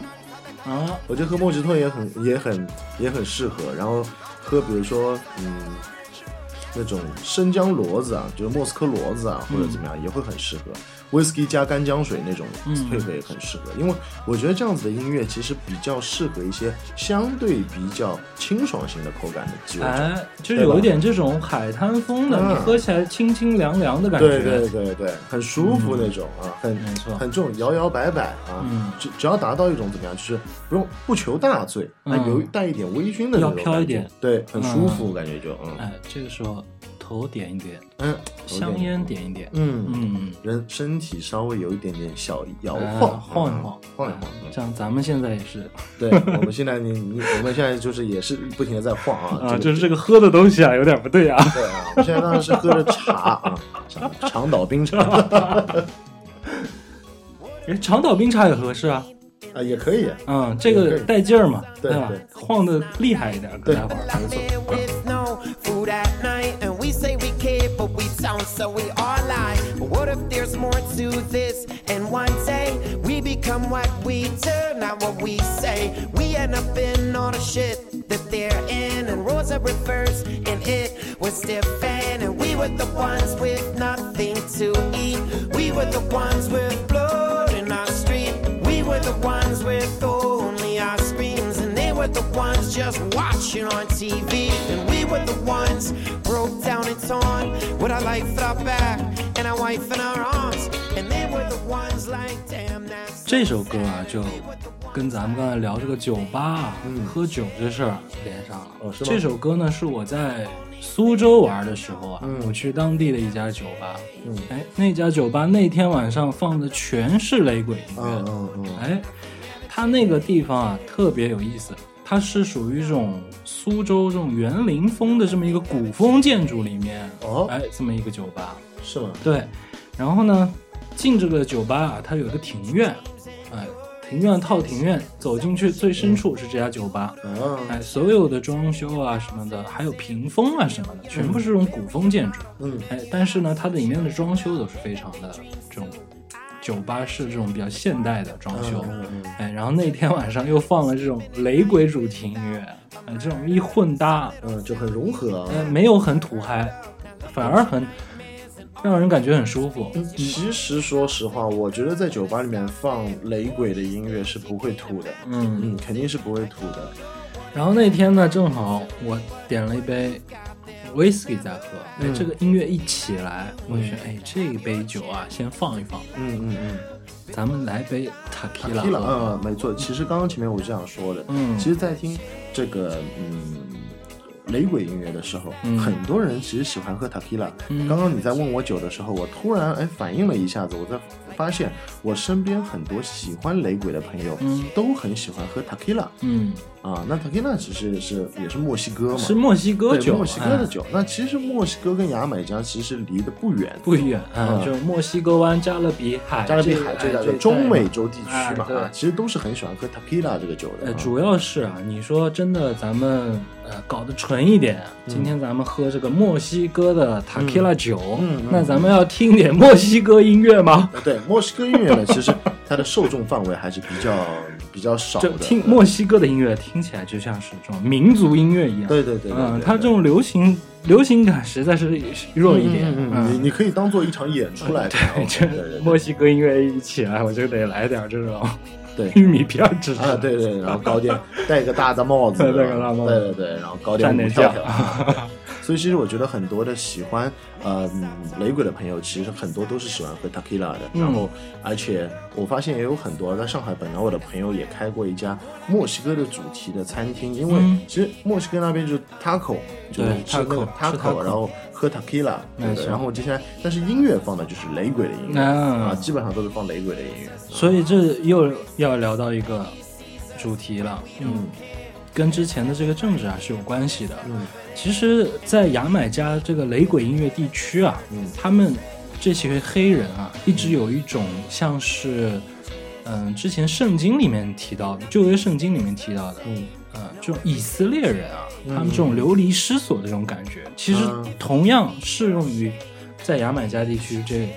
[SPEAKER 1] 啊，
[SPEAKER 2] 我觉得喝莫吉托也很也很也很适合。然后喝，比如说，嗯，那种生姜骡子啊，就是莫斯科骡子啊，或者怎么样，
[SPEAKER 1] 嗯
[SPEAKER 2] 也会很适合。威士忌加干姜水那种配合也很适合，因为我觉得这样子的音乐其实比较适合一些相对比较清爽型的口感的鸡尾酒。
[SPEAKER 1] 哎，就
[SPEAKER 2] 对吧
[SPEAKER 1] 有一点这种海滩风的，
[SPEAKER 2] 嗯
[SPEAKER 1] 你喝起来清清凉凉的感觉。
[SPEAKER 2] 对对对对，很舒服那种啊，很
[SPEAKER 1] 嗯没错
[SPEAKER 2] 很这种摇摇摆摆啊
[SPEAKER 1] 嗯，
[SPEAKER 2] 只只要达到一种怎么样，就是不用不求大醉，
[SPEAKER 1] 嗯
[SPEAKER 2] 但有带一点微醺的那种
[SPEAKER 1] 要
[SPEAKER 2] 感
[SPEAKER 1] 飘
[SPEAKER 2] 觉
[SPEAKER 1] 一点，
[SPEAKER 2] 对，很舒服感觉就嗯
[SPEAKER 1] 哎，这个时候头点一点，
[SPEAKER 2] 嗯，
[SPEAKER 1] 香烟点一点，
[SPEAKER 2] 嗯，
[SPEAKER 1] 嗯，
[SPEAKER 2] 人身体稍微有一点点小摇
[SPEAKER 1] 哎
[SPEAKER 2] 晃
[SPEAKER 1] 晃一
[SPEAKER 2] 嗯
[SPEAKER 1] 晃，
[SPEAKER 2] 晃一晃，嗯
[SPEAKER 1] 像咱们现在也是
[SPEAKER 2] 对，我们现在你你嗯我们现在就是也是不停的在晃啊，
[SPEAKER 1] 啊，
[SPEAKER 2] 个
[SPEAKER 1] 就是这个喝的东西啊，有点不对啊。
[SPEAKER 2] 对啊，我们现在当然是喝着茶啊，长 长岛冰啊茶
[SPEAKER 1] 哎， 长岛冰茶也合适啊，
[SPEAKER 2] 啊也可以，
[SPEAKER 1] 嗯，这
[SPEAKER 2] 也
[SPEAKER 1] 个
[SPEAKER 2] 可以
[SPEAKER 1] 带劲儿嘛，
[SPEAKER 2] 对
[SPEAKER 1] 吧
[SPEAKER 2] 对？
[SPEAKER 1] 晃的厉害一点，跟大伙儿。
[SPEAKER 5] Lonely with no food at night, and we say we care, but we don't, so we all lie. But what if there's more to this? And one day we become what we do, not what we say. We end up in all the shit that they're in, and roles are reversed, and it was different. And we were the ones with nothing to eat, we were the ones with blood in our street, we were the ones with only our screams, and they were the ones just watching on TV. And we were the ones broke down and torn with our life at our back and our wife in our arms. And they were the ones like, damn, that's.
[SPEAKER 1] 这首歌啊，就跟咱们刚才聊这个酒吧、啊
[SPEAKER 2] 嗯
[SPEAKER 1] 喝酒这事儿啊连上了。
[SPEAKER 2] 哦是吗
[SPEAKER 1] 这首歌呢，是我在苏州玩的时候
[SPEAKER 2] 嗯
[SPEAKER 1] 啊，我去当地的一家酒吧，哎，那家酒吧那天晚上放的全是雷鬼音乐，
[SPEAKER 2] 嗯嗯嗯，
[SPEAKER 1] 哎，它那个地方啊特别有意思，它是属于这种苏州这种园林风的这么一个古风建筑里面，
[SPEAKER 2] 哦
[SPEAKER 1] 哎，这么一个酒吧，
[SPEAKER 2] 是吗？
[SPEAKER 1] 对，然后呢，进这个酒吧啊，它有一个庭院，哎，庭院套庭院，走进去最深处是这家酒吧，
[SPEAKER 2] 啊，
[SPEAKER 1] 哎，所有的装修啊什么的，还有屏风啊什么的，全部是这种古风建筑，
[SPEAKER 2] 嗯
[SPEAKER 1] 哎，但是呢，它的里面的装修都是非常的这种。酒吧式这种比较现代的装修，
[SPEAKER 2] 嗯嗯嗯
[SPEAKER 1] 哎，然后那天晚上又放了这种雷鬼主题音乐，哎，这种一混搭，
[SPEAKER 2] 嗯，就很融合啊。
[SPEAKER 1] 呃，没有很土嗨，反而很让人感觉很舒服。
[SPEAKER 2] 其实说实话，我觉得在酒吧里面放雷鬼的音乐是不会吐的，
[SPEAKER 1] 嗯，
[SPEAKER 2] 嗯，肯定是不会吐的。
[SPEAKER 1] 然后那天呢，正好我点了一杯 whisky 在喝，哎，
[SPEAKER 2] 嗯
[SPEAKER 1] 这个音乐一起来，我就觉得，哎，这一杯酒啊，先放一放，
[SPEAKER 2] 嗯嗯嗯，
[SPEAKER 1] 咱们来杯 tequila
[SPEAKER 2] 踢了，
[SPEAKER 1] 喝。
[SPEAKER 2] 嗯，没错。其实刚刚前面我就想说的，
[SPEAKER 1] 嗯
[SPEAKER 2] 其实，在听这个嗯雷鬼音乐的时候，
[SPEAKER 1] 嗯
[SPEAKER 2] 很多人其实喜欢喝 tequila、
[SPEAKER 1] 嗯
[SPEAKER 2] 刚刚你在问我酒的时候，我突然哎反应了一下子，我在发现我身边很多喜欢雷鬼的朋友，
[SPEAKER 1] 嗯
[SPEAKER 2] 都很喜欢喝 tequila
[SPEAKER 1] 嗯，
[SPEAKER 2] 啊。那 tequila 其实是也是墨西哥嘛，
[SPEAKER 1] 是墨西哥
[SPEAKER 2] 对，
[SPEAKER 1] 酒，
[SPEAKER 2] 墨西哥的
[SPEAKER 1] 哎
[SPEAKER 2] 酒。那其实墨西哥跟牙买加其实离得不远，
[SPEAKER 1] 不远，哎
[SPEAKER 2] 嗯
[SPEAKER 1] 就墨西哥湾、加勒比海、
[SPEAKER 2] 加勒比海
[SPEAKER 1] 这
[SPEAKER 2] 这
[SPEAKER 1] 一带
[SPEAKER 2] 两个
[SPEAKER 1] 这一带
[SPEAKER 2] 中美洲地
[SPEAKER 1] 哎
[SPEAKER 2] 区嘛，
[SPEAKER 1] 对
[SPEAKER 2] 啊其实都是很喜欢喝 tequila 这个酒的
[SPEAKER 1] 呃，
[SPEAKER 2] 啊。
[SPEAKER 1] 主要是啊，你说真的，咱们呃搞得纯一点，今天咱们喝这个墨西哥的塔 q 拉酒，
[SPEAKER 2] 嗯嗯
[SPEAKER 1] 那咱们要听点墨西哥音乐吗？
[SPEAKER 2] 对墨西哥音乐呢，其实它的受众范围还是比较比较少
[SPEAKER 1] 这
[SPEAKER 2] 的。
[SPEAKER 1] 听墨西哥的音乐听起来就像是这种民族音乐一样，
[SPEAKER 2] 对对对对
[SPEAKER 1] 嗯，
[SPEAKER 2] 对
[SPEAKER 1] 它这种流行流行感实在是弱一点，
[SPEAKER 2] 嗯嗯，你你可以当做一场演出来看。我觉
[SPEAKER 1] 这
[SPEAKER 2] 得对对
[SPEAKER 1] 墨西哥音乐一起来，我就得来点这种
[SPEAKER 2] 对对
[SPEAKER 1] 玉米片儿吃吃
[SPEAKER 2] 啊，对对，然后搞 点戴个大的帽子，
[SPEAKER 1] 戴个大帽子
[SPEAKER 2] 对对对，然后搞点
[SPEAKER 1] 蘸
[SPEAKER 2] 舞
[SPEAKER 1] 点
[SPEAKER 2] 跳
[SPEAKER 1] 酱
[SPEAKER 2] 跳。， 所以其实我觉得很多的喜欢呃嗯雷鬼的朋友，其实很多都是喜欢喝 tequila 的。
[SPEAKER 1] 嗯
[SPEAKER 2] 然后，而且我发现也有很多在上海本来我的朋友也开过一家墨西哥的主题的餐厅，因为
[SPEAKER 1] 嗯
[SPEAKER 2] 其实墨西哥那边就是 taco，就是
[SPEAKER 1] 对
[SPEAKER 2] 吃那个
[SPEAKER 1] taco，吃 taco
[SPEAKER 2] 然后喝 tequila，对
[SPEAKER 1] 没
[SPEAKER 2] 不对
[SPEAKER 1] 错
[SPEAKER 2] 然后接下来但是音乐放的就是雷鬼的音乐
[SPEAKER 1] 啊
[SPEAKER 2] 啊，基本上都是放雷鬼的音乐。
[SPEAKER 1] 所以这又要聊到一个主题了，
[SPEAKER 2] 嗯，
[SPEAKER 1] 跟之前的这个政治啊是有关系的。
[SPEAKER 2] 嗯，
[SPEAKER 1] 其实，在牙买加这个雷鬼音乐地区啊，
[SPEAKER 2] 嗯
[SPEAKER 1] 他们这些黑人啊，一直有一种像是，嗯、之前圣经里面提到的，旧约圣经里面提到的，嗯，呃，这种以色列人啊，他们这种流离失所的这种感觉，其实
[SPEAKER 2] 嗯
[SPEAKER 1] 同样适用于在牙买加地区这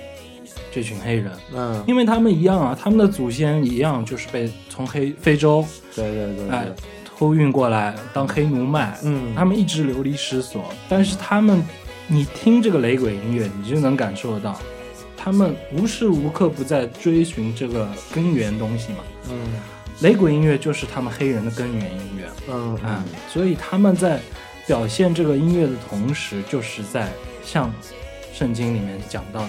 [SPEAKER 1] 这群黑人。
[SPEAKER 2] 嗯，
[SPEAKER 1] 因为他们一样啊，他们的祖先一样，就是被从黑非洲
[SPEAKER 2] 对对对
[SPEAKER 1] 哎
[SPEAKER 2] 对，
[SPEAKER 1] 偷运过来当黑奴卖，
[SPEAKER 2] 嗯
[SPEAKER 1] 他们一直流离失所，但是他们你听这个雷鬼音乐，你就能感受得到，他们无时无刻不在追寻这个根源东西嘛。
[SPEAKER 2] 嗯
[SPEAKER 1] 雷鬼音乐就是他们黑人的根源音乐，
[SPEAKER 2] 嗯
[SPEAKER 1] 啊，所以他们在表现这个音乐的同时，就是在像圣经里面讲到的，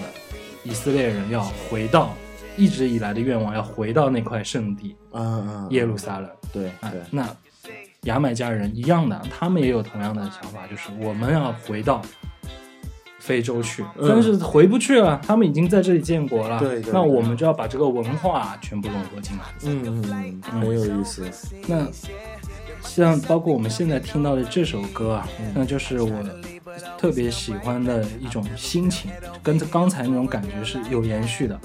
[SPEAKER 1] 以色列人要回到一直以来的愿望，要回到那块圣地
[SPEAKER 2] 啊啊，
[SPEAKER 1] 耶路撒冷。
[SPEAKER 2] 对
[SPEAKER 1] 啊
[SPEAKER 2] 对，，
[SPEAKER 1] 那牙买加人一样的，他们也有同样的想法，就是我们要回到非洲去，
[SPEAKER 2] 嗯
[SPEAKER 1] 但是回不去了，他们已经在这里建国了。
[SPEAKER 2] 对对
[SPEAKER 1] 那
[SPEAKER 2] 对
[SPEAKER 1] 我们就要把这个文化全部融合进来。
[SPEAKER 2] 嗯嗯，嗯，很有意思，
[SPEAKER 1] 那像包括我们现在听到的这首歌啊，
[SPEAKER 2] 嗯
[SPEAKER 1] 那就是我特别喜欢的一种心情，跟刚才那种感觉是有延续的。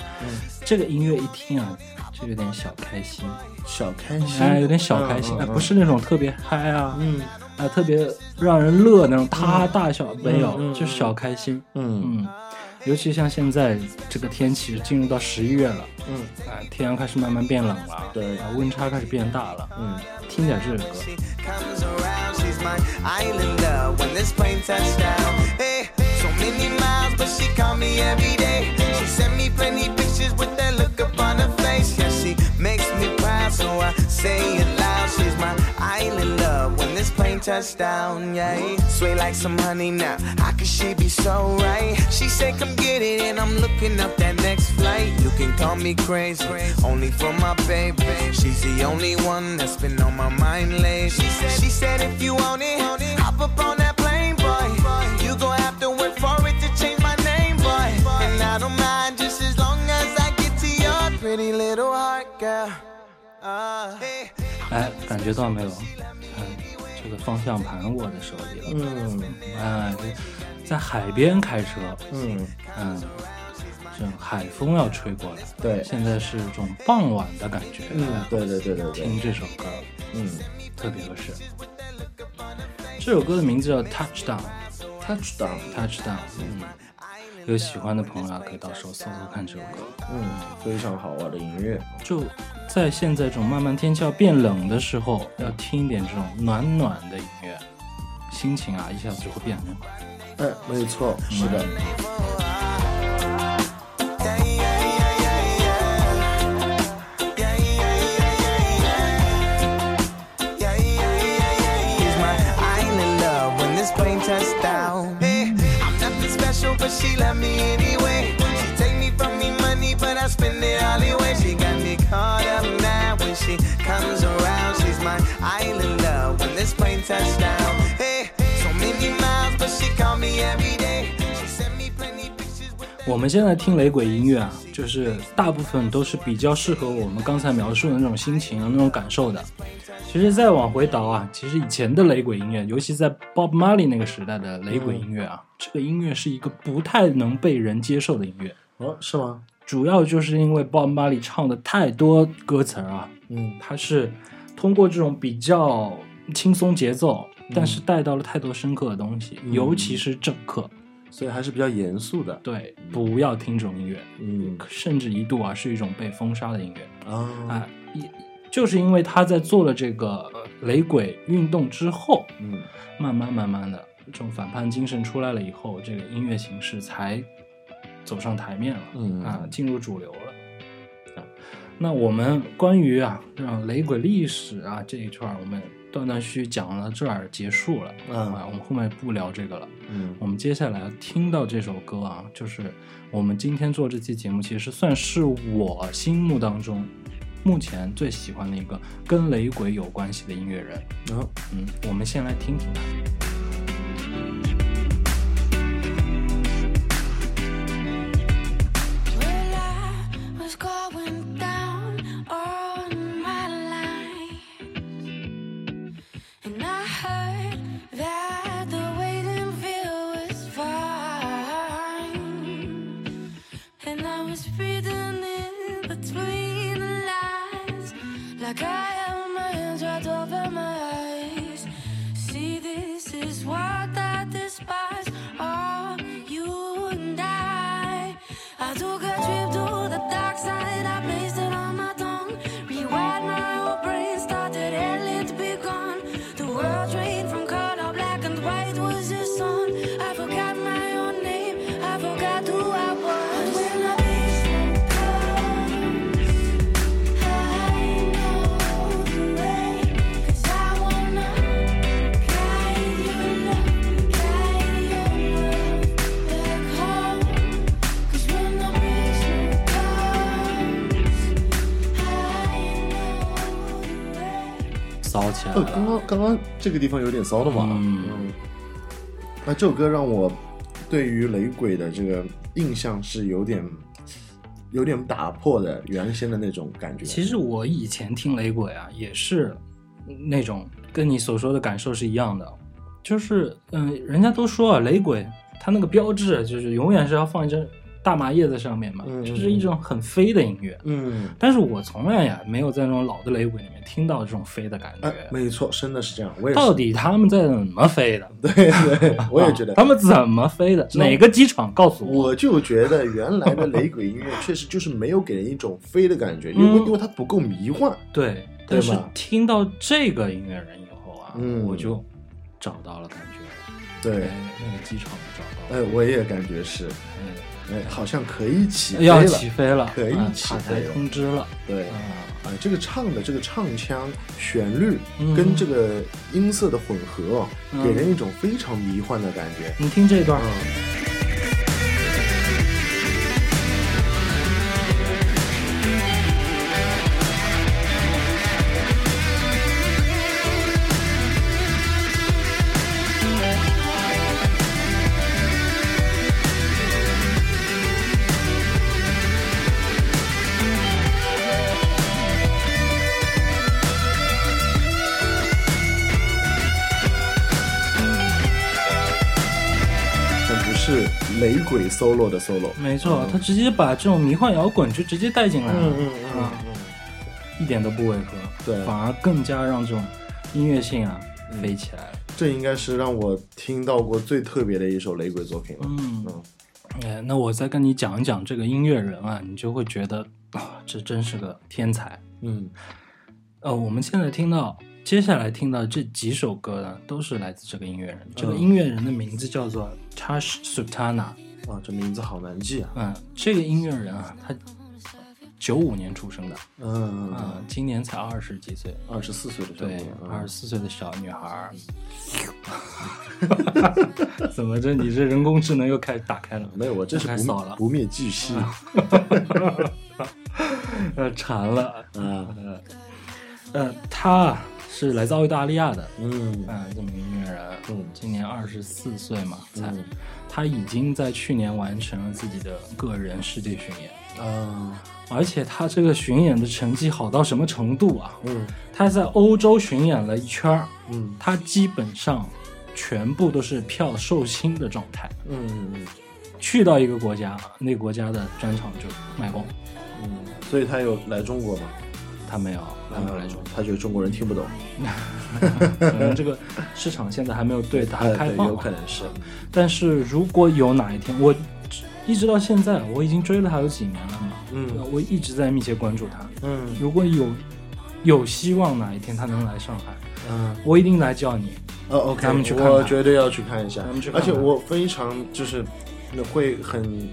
[SPEAKER 1] 这个音乐一听啊，就有点小开心，
[SPEAKER 2] 小开心，
[SPEAKER 1] 哎，有点小开心，
[SPEAKER 2] 嗯
[SPEAKER 1] 哎，
[SPEAKER 2] 嗯嗯
[SPEAKER 1] 不是那种特别嗨啊，
[SPEAKER 2] 嗯
[SPEAKER 1] 啊，特别让人乐那种他大小没有，
[SPEAKER 2] 嗯嗯
[SPEAKER 1] 就是小开心，
[SPEAKER 2] 嗯
[SPEAKER 1] 嗯。尤其像现在这个天气进入到十一月了，
[SPEAKER 2] 嗯
[SPEAKER 1] 啊，天阳开始慢慢变冷了，
[SPEAKER 2] 对
[SPEAKER 1] 啊，温差开始变大了，
[SPEAKER 2] 嗯，
[SPEAKER 1] 听点这首歌，
[SPEAKER 6] She comes around, she's my islander when this plane touched down. Hey, so many miles, but she called me every day. She sent me plenty pictures with that look upon her face. Yeah, she makes me proud, so I say it loud. She's my islander when this plane touched down. Yeah, sway like some honey now. How could she be so right? She said, Come get it, and I'm looking up that next flight. You can call me crazy, only for my baby. She's the only one that's been on my mind lately. She said, she said if you want it, hop up on that plane, boy. You gon' have to wait for it to change my name, boy. And I don't mind just as long as I get to your pretty little heart, girl. Ah. Hey.
[SPEAKER 1] 哎，感觉到没有？嗯，这个方向盘握在手里了。
[SPEAKER 2] 嗯
[SPEAKER 1] 哎，在海边开车，
[SPEAKER 2] 嗯
[SPEAKER 1] 嗯，这种海风要吹过来。
[SPEAKER 2] 对
[SPEAKER 1] 现在是一种傍晚的感觉。
[SPEAKER 2] 嗯，对对对对对，
[SPEAKER 1] 听这首歌
[SPEAKER 2] 嗯
[SPEAKER 1] 特别合适。这首歌的名字叫《Touchdown》
[SPEAKER 2] ，touchdown，
[SPEAKER 1] ，Touchdown。嗯，有喜欢的朋友啊，可以到时候搜搜看这首歌。
[SPEAKER 2] 嗯，非常好玩的音乐，
[SPEAKER 1] 就在现在这种慢慢天气要变冷的时候，要听一点这种暖暖的音乐，心情啊一下子就会变很好。
[SPEAKER 2] 哎，没错，是的，
[SPEAKER 6] He's my island love when this plane touched down. Hey, I'm nothing special, but she love me anyway. She take me from me money, but I spend it all away. She got me caught up now when she comes around. She's my island love when this plane touched down. Hey, so many miles, but she call me every day. She sent me plenty pictures with.
[SPEAKER 1] 我们现在听雷鬼音乐啊，就是大部分都是比较适合我们刚才描述的那种心情、啊那种感受的。其实再往回倒啊，其实以前的雷鬼音乐，尤其在 Bob Marley 那个时代的雷鬼音乐啊，这个音乐是一个不太能被人接受的音乐，
[SPEAKER 2] 哦，是吗？
[SPEAKER 1] 主要就是因为 Bob Marley 唱的太多歌词儿啊，
[SPEAKER 2] 嗯
[SPEAKER 1] 它是通过这种比较轻松节奏，但
[SPEAKER 2] 嗯
[SPEAKER 1] 是带到了太多深刻的东西，尤其是政客。
[SPEAKER 2] 所以还是比较严肃的，
[SPEAKER 1] 对，不要听这种音乐。
[SPEAKER 2] 嗯
[SPEAKER 1] 甚至一度啊是一种被封杀的音乐
[SPEAKER 2] 啊，
[SPEAKER 1] 啊，也就是因为他在做了这个呃雷鬼运动之后，
[SPEAKER 2] 嗯
[SPEAKER 1] 慢慢慢慢的这种反叛精神出来了以后，这个音乐形式才走上台面了，
[SPEAKER 2] 嗯
[SPEAKER 1] 啊，进入主流了。啊那我们关于啊这种雷鬼历史啊这一串儿，我们断断续续讲到这儿结束了、
[SPEAKER 2] 嗯
[SPEAKER 1] 啊，我们后面不聊这个了。
[SPEAKER 2] 嗯
[SPEAKER 1] 我们接下来要听到这首歌啊，就是我们今天做这期节目，其实算是我心目当中目前最喜欢的一个跟雷鬼有关系的音乐人。
[SPEAKER 2] 哦
[SPEAKER 1] 嗯，我们先来听听他。
[SPEAKER 7] Well, I was going down on my line, and I heard that the waiting field was fine, and I was reading in between the lines, like I held my hands right over my eyes. See, this is what I despise. All you and I. I took a trip to the dark side, I placed it on my tongue. Rewired my old brain, started hell to be gone. The world drained from color, black and white was the sun. I forgot my
[SPEAKER 1] 骚起来
[SPEAKER 2] 呃，刚
[SPEAKER 1] 了。
[SPEAKER 2] 刚刚刚这个地方有点骚的嘛，
[SPEAKER 1] 嗯
[SPEAKER 2] 嗯，那这首歌让我对于雷鬼的这个印象是有点有点打破的原先的那种感觉。
[SPEAKER 1] 其实我以前听雷鬼啊，也是那种跟你所说的感受是一样的，就是嗯、人家都说啊，雷鬼它那个标志就是永远是要放一张大麻叶子上面嘛，
[SPEAKER 2] 嗯
[SPEAKER 1] 就是一种很飞的音乐。
[SPEAKER 2] 嗯，
[SPEAKER 1] 但是我从来呀没有在那种老的雷鬼里面听到这种飞的感觉。
[SPEAKER 2] 哎、没错，真的是这样，我也是，
[SPEAKER 1] 到底他们在怎么飞的？
[SPEAKER 2] 对对，我也觉得
[SPEAKER 1] 啊。他们怎么飞的？
[SPEAKER 2] 道
[SPEAKER 1] 哪个机场？告诉我。
[SPEAKER 2] 我就觉得原来的雷鬼音乐确实就是没有给人一种飞的 感觉，因为
[SPEAKER 1] 嗯
[SPEAKER 2] 因为它不够迷幻。
[SPEAKER 1] 对，但是
[SPEAKER 2] 吧
[SPEAKER 1] 听到这个音乐人以后啊，
[SPEAKER 2] 嗯
[SPEAKER 1] 我就找到了感觉，
[SPEAKER 2] 对，
[SPEAKER 1] 哎，那个机场找到
[SPEAKER 2] 哎
[SPEAKER 1] 了，，
[SPEAKER 2] 我也感觉是，
[SPEAKER 1] 哎
[SPEAKER 2] 哎，好像可以起飞
[SPEAKER 1] 要
[SPEAKER 2] 了。
[SPEAKER 1] 起飞了，
[SPEAKER 2] 可以
[SPEAKER 1] 啊
[SPEAKER 2] 起
[SPEAKER 1] 塔
[SPEAKER 2] 飞
[SPEAKER 1] 台
[SPEAKER 2] 了
[SPEAKER 1] 通知了，
[SPEAKER 2] 对，
[SPEAKER 1] 啊，
[SPEAKER 2] 啊，这个唱的这个唱腔、旋律
[SPEAKER 1] 嗯
[SPEAKER 2] 跟这个音色的混合哦，
[SPEAKER 1] 嗯
[SPEAKER 2] 给人一种非常迷幻的感觉。
[SPEAKER 1] 你听这段
[SPEAKER 2] 嗯，但不是雷鬼 solo 的 solo。
[SPEAKER 1] 没错，他直接把这种迷幻摇滚就直接带进来
[SPEAKER 2] 嗯
[SPEAKER 1] 了，啊，一点都不违和，
[SPEAKER 2] 对嗯
[SPEAKER 1] 反而更加让这种音乐性啊飞起来了。
[SPEAKER 2] 这应该是让我听到过最特别的一首雷鬼作品了。
[SPEAKER 1] 嗯
[SPEAKER 2] 嗯
[SPEAKER 1] 哎，那我再跟你讲一讲这个音乐人啊，你就会觉得啊，这真是个天才。
[SPEAKER 2] 嗯
[SPEAKER 1] 呃，我们现在听到接下来听到这几首歌呢，都是来自这个音乐人。这
[SPEAKER 2] 嗯
[SPEAKER 1] 个音乐人的名字叫做 Tash Sultana。
[SPEAKER 2] 啊，这名字好难记啊。
[SPEAKER 1] 嗯，这个音乐人啊，他九五年出生的，
[SPEAKER 2] 嗯，
[SPEAKER 1] 啊、今年才二十几岁。
[SPEAKER 2] 二十四岁的时候嗯
[SPEAKER 1] 对，，二十
[SPEAKER 2] 四。
[SPEAKER 1] 四岁的小女孩儿， 怎么这你这人工智能又开始打开了？
[SPEAKER 2] 没有，我这是
[SPEAKER 1] 又开
[SPEAKER 2] 不
[SPEAKER 1] 始扫
[SPEAKER 2] 灭
[SPEAKER 1] 了，
[SPEAKER 2] 不灭巨蜥啊，
[SPEAKER 1] 呃， 馋了。
[SPEAKER 2] 嗯
[SPEAKER 1] 呃，他是来自澳大利亚的，
[SPEAKER 2] 嗯
[SPEAKER 1] 嗯，这么一个音乐人，
[SPEAKER 2] 嗯
[SPEAKER 1] 今年二十四岁嘛，才、
[SPEAKER 2] 嗯
[SPEAKER 1] 他已经在去年完成了自己的个人世界巡演，
[SPEAKER 2] 啊，
[SPEAKER 1] 而且他这个巡演的成绩好到什么程度啊？
[SPEAKER 2] 嗯
[SPEAKER 1] 他在欧洲巡演了一圈儿，
[SPEAKER 2] 嗯
[SPEAKER 1] 他基本上全部都是票售罄的状态，
[SPEAKER 2] 嗯嗯
[SPEAKER 1] 去到一个国家，那个国家的专场就卖光，
[SPEAKER 2] 嗯，所以他有来中国吗？
[SPEAKER 1] 他没有，他没有来中
[SPEAKER 2] 他觉得中国人听不懂，
[SPEAKER 1] 国， 可能这个市场现在还没有对他
[SPEAKER 2] 哎
[SPEAKER 1] 开
[SPEAKER 2] 对，
[SPEAKER 1] 放、
[SPEAKER 2] 有可能是，
[SPEAKER 1] 但是如果有哪一天，我一直到现在，我已经追了他有几年了嘛，
[SPEAKER 2] 嗯
[SPEAKER 1] 我一直在密切关注他。
[SPEAKER 2] 嗯
[SPEAKER 1] 如果有有希望哪一天他能来上海，
[SPEAKER 2] 嗯，
[SPEAKER 1] 我一定来叫你。
[SPEAKER 2] 呃，OK，
[SPEAKER 1] 咱们去看看
[SPEAKER 2] 我绝对要去看一下
[SPEAKER 1] 咱们去，看
[SPEAKER 2] 而
[SPEAKER 1] 看
[SPEAKER 2] 且我非常就是会很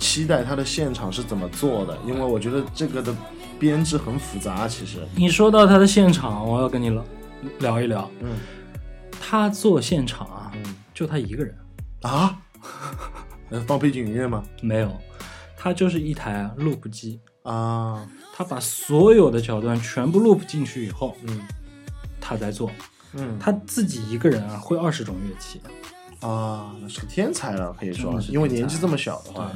[SPEAKER 2] 期待他的现场是怎么做的，因为我觉得这个的编制很复杂，其实，
[SPEAKER 1] 你说到他的现场，我要跟你聊聊一聊。
[SPEAKER 2] 嗯
[SPEAKER 1] 他做现场啊，
[SPEAKER 2] 嗯
[SPEAKER 1] 就他一个人，
[SPEAKER 2] 啊， 能放背景音乐吗？
[SPEAKER 1] 没有，他就是一台 loop 机，
[SPEAKER 2] 啊，
[SPEAKER 1] 他把所有的桥段全部 loop 进去以后，
[SPEAKER 2] 嗯
[SPEAKER 1] 他在做。
[SPEAKER 2] 嗯，
[SPEAKER 1] 他自己一个人啊，会二十种乐器。
[SPEAKER 2] 啊，那是个天才了，可以
[SPEAKER 1] 真
[SPEAKER 2] 说
[SPEAKER 1] 的，是
[SPEAKER 2] 因为
[SPEAKER 1] 天才
[SPEAKER 2] 年纪这么小的话，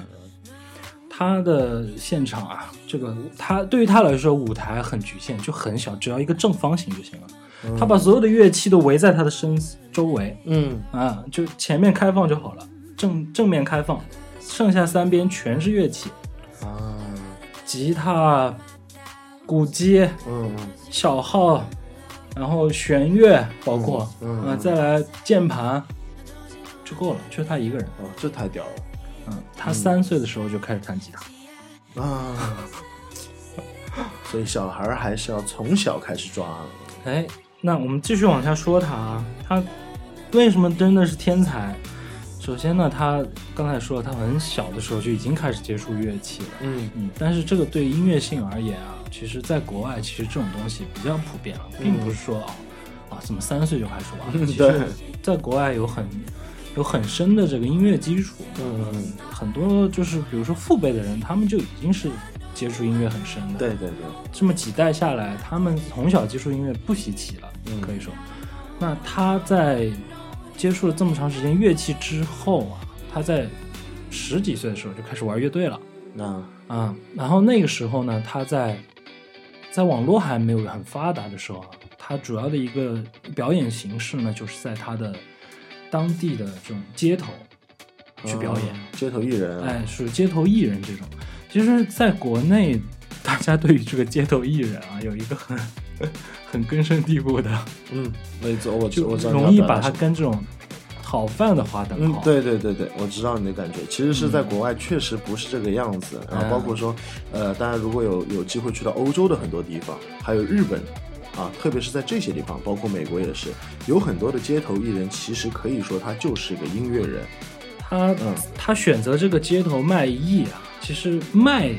[SPEAKER 1] 他的现场啊，这个他对于他来说，舞台很局限，就很小，只要一个正方形就行了。他把所有的乐器都围在他的身周围
[SPEAKER 2] 嗯
[SPEAKER 1] 啊，就前面开放就好了，正正面开放，剩下三边全是乐器，
[SPEAKER 2] 啊，
[SPEAKER 1] 吉他、鼓机、
[SPEAKER 2] 嗯
[SPEAKER 1] 小号，然后弦乐，包括啊、
[SPEAKER 2] 嗯嗯
[SPEAKER 1] 再来键盘，就够了，就他一个人。
[SPEAKER 2] 哦，这太屌了。
[SPEAKER 1] 嗯，他三岁的时候就开始弹吉他。
[SPEAKER 2] 啊，所以小孩儿还是要从小开始抓。
[SPEAKER 1] 哎，那我们继续往下说他啊，他为什么真的是天才？首先呢，他刚才说了，他很小的时候就已经开始接触乐器了。
[SPEAKER 2] 嗯
[SPEAKER 1] 嗯，但是这个对音乐性而言啊，其实在国外其实这种东西比较普遍了，并不是说哦啊怎么三岁就开始 玩了。其实
[SPEAKER 2] 嗯对
[SPEAKER 1] 在国外有很有很深的这个音乐基础，呃
[SPEAKER 2] 嗯
[SPEAKER 1] 很多就是比如说父辈的人，他们就已经是接触音乐很深的。
[SPEAKER 2] 对对对，
[SPEAKER 1] 这么几代下来，他们从小接触音乐不稀奇了，
[SPEAKER 2] 嗯
[SPEAKER 1] 可以说。那他在接触了这么长时间乐器之后啊，他在十几岁的时候就开始玩乐队了
[SPEAKER 2] 那
[SPEAKER 1] 啊。然后那个时候呢，他在在网络还没有很发达的时候啊，他主要的一个表演形式呢，就是在他的当地的这种街头去表演。
[SPEAKER 2] 嗯街头艺人啊，
[SPEAKER 1] 哎，是街头艺人这种。其实，在国内，大家对于这个街头艺人啊，有一个很很根深蒂固的，
[SPEAKER 2] 嗯，没错，我知
[SPEAKER 1] 就
[SPEAKER 2] 我知道
[SPEAKER 1] 容易
[SPEAKER 2] 你要表达
[SPEAKER 1] 把它
[SPEAKER 2] 什么
[SPEAKER 1] 跟这种讨饭的花等
[SPEAKER 2] 嗯
[SPEAKER 1] 号。，
[SPEAKER 2] 对对对对，我知道你的感觉。其实是
[SPEAKER 1] 嗯
[SPEAKER 2] 在国外确实不是这个样子，然后包括说，呃，大家如果有有机会去到欧洲的很多地方，还有日本，啊，特别是在这些地方，包括美国也是，有很多的街头艺人，其实可以说他就是一个音乐人。
[SPEAKER 1] 他
[SPEAKER 2] 嗯
[SPEAKER 1] 他选择这个街头卖艺啊，其实卖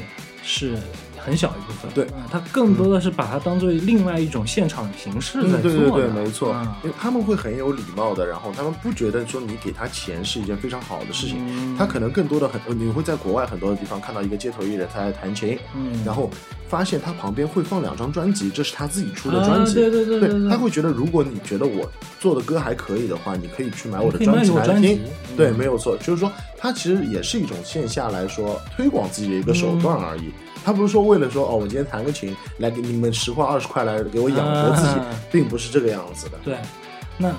[SPEAKER 1] 是很小一部分，
[SPEAKER 2] 对
[SPEAKER 1] 啊，他更多的是把它当做另外一种现场形式在
[SPEAKER 2] 嗯，对
[SPEAKER 1] 做的。
[SPEAKER 2] 对对，没错
[SPEAKER 1] 啊，
[SPEAKER 2] 因为他们会很有礼貌的，然后他们不觉得说你给他钱是一件非常好的事情，
[SPEAKER 1] 嗯
[SPEAKER 2] 他可能更多的很，呃你会在国外很多的地方看到一个街头艺人他在弹琴，
[SPEAKER 1] 嗯
[SPEAKER 2] 然后发现他旁边会放两张专辑，这是他自己出的
[SPEAKER 1] 啊
[SPEAKER 2] 专辑，
[SPEAKER 1] 对对对对对
[SPEAKER 2] 他会觉得如果你觉得我做的歌还可以的话，你可以去买我的
[SPEAKER 1] 你可以
[SPEAKER 2] 专
[SPEAKER 1] 买
[SPEAKER 2] 辑
[SPEAKER 1] 我
[SPEAKER 2] 来
[SPEAKER 1] 专辑嗯
[SPEAKER 2] 听，对，没有错，就是说他其实也是一种线下来说推广自己的一个手段而
[SPEAKER 1] 嗯
[SPEAKER 2] 已。他不是说为了说哦，我今天弹个琴来给你们十块二十块来给我养活自己，
[SPEAKER 1] 啊
[SPEAKER 2] 并不是这个样子的。
[SPEAKER 1] 对，那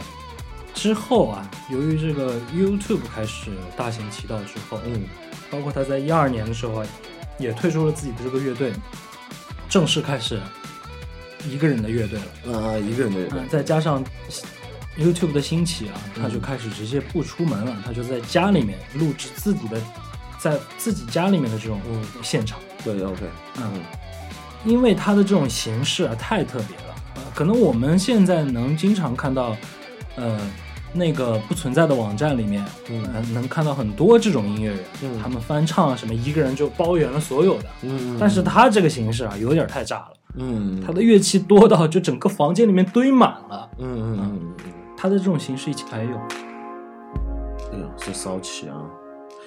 [SPEAKER 1] 之后啊，由于这个 YouTube 开始大行其道之后，
[SPEAKER 2] 嗯，
[SPEAKER 1] 包括他在一二年的时候啊，也退出了自己的这个乐队，正式开始一个人的乐队了。
[SPEAKER 2] 啊，一个人的乐队
[SPEAKER 1] 嗯，再加上 YouTube 的兴起啊，他
[SPEAKER 2] 嗯
[SPEAKER 1] 就开始直接不出门了，他就在家里面录制自己的，在自己家里面的这种
[SPEAKER 2] 嗯
[SPEAKER 1] 现场。
[SPEAKER 2] 对，OK，
[SPEAKER 1] 嗯，因为它的这种形式啊太特别了、呃可能我们现在能经常看到，呃，那个不存在的网站里面，
[SPEAKER 2] 嗯
[SPEAKER 1] 呃能看到很多这种音乐人，
[SPEAKER 2] 嗯
[SPEAKER 1] 他们翻唱啊什么，一个人就包圆了所有的。
[SPEAKER 2] 嗯
[SPEAKER 1] 但是他这个形式啊，有点太炸了，
[SPEAKER 2] 嗯，
[SPEAKER 1] 他的乐器多到就整个房间里面堆满了。
[SPEAKER 2] 嗯嗯嗯嗯嗯。
[SPEAKER 1] 他的这种形式以前还有，
[SPEAKER 2] 哎呀，这骚气啊！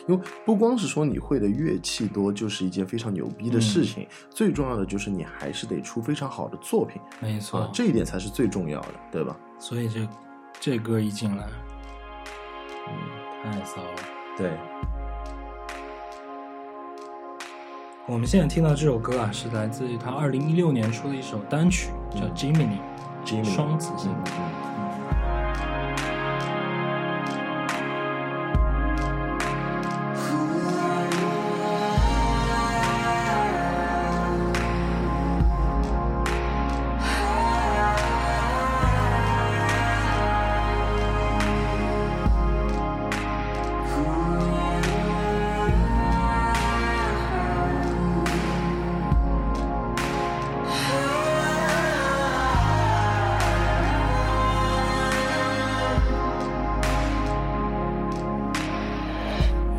[SPEAKER 2] 因为不光是说你会的乐器多就是一件非常牛逼的事情，最重要的就是你还是得出非常好的作品
[SPEAKER 1] 没
[SPEAKER 2] 啊，这一点才是最重要的，对吧？
[SPEAKER 1] 所以这这歌一进来，嗯，太骚了。
[SPEAKER 2] 对，
[SPEAKER 1] 我们现在听到这首歌啊，是来自于他二零一六年出的一首单曲，叫《Jiminy》，
[SPEAKER 2] Jimmy
[SPEAKER 1] 双子星
[SPEAKER 2] 嗯。嗯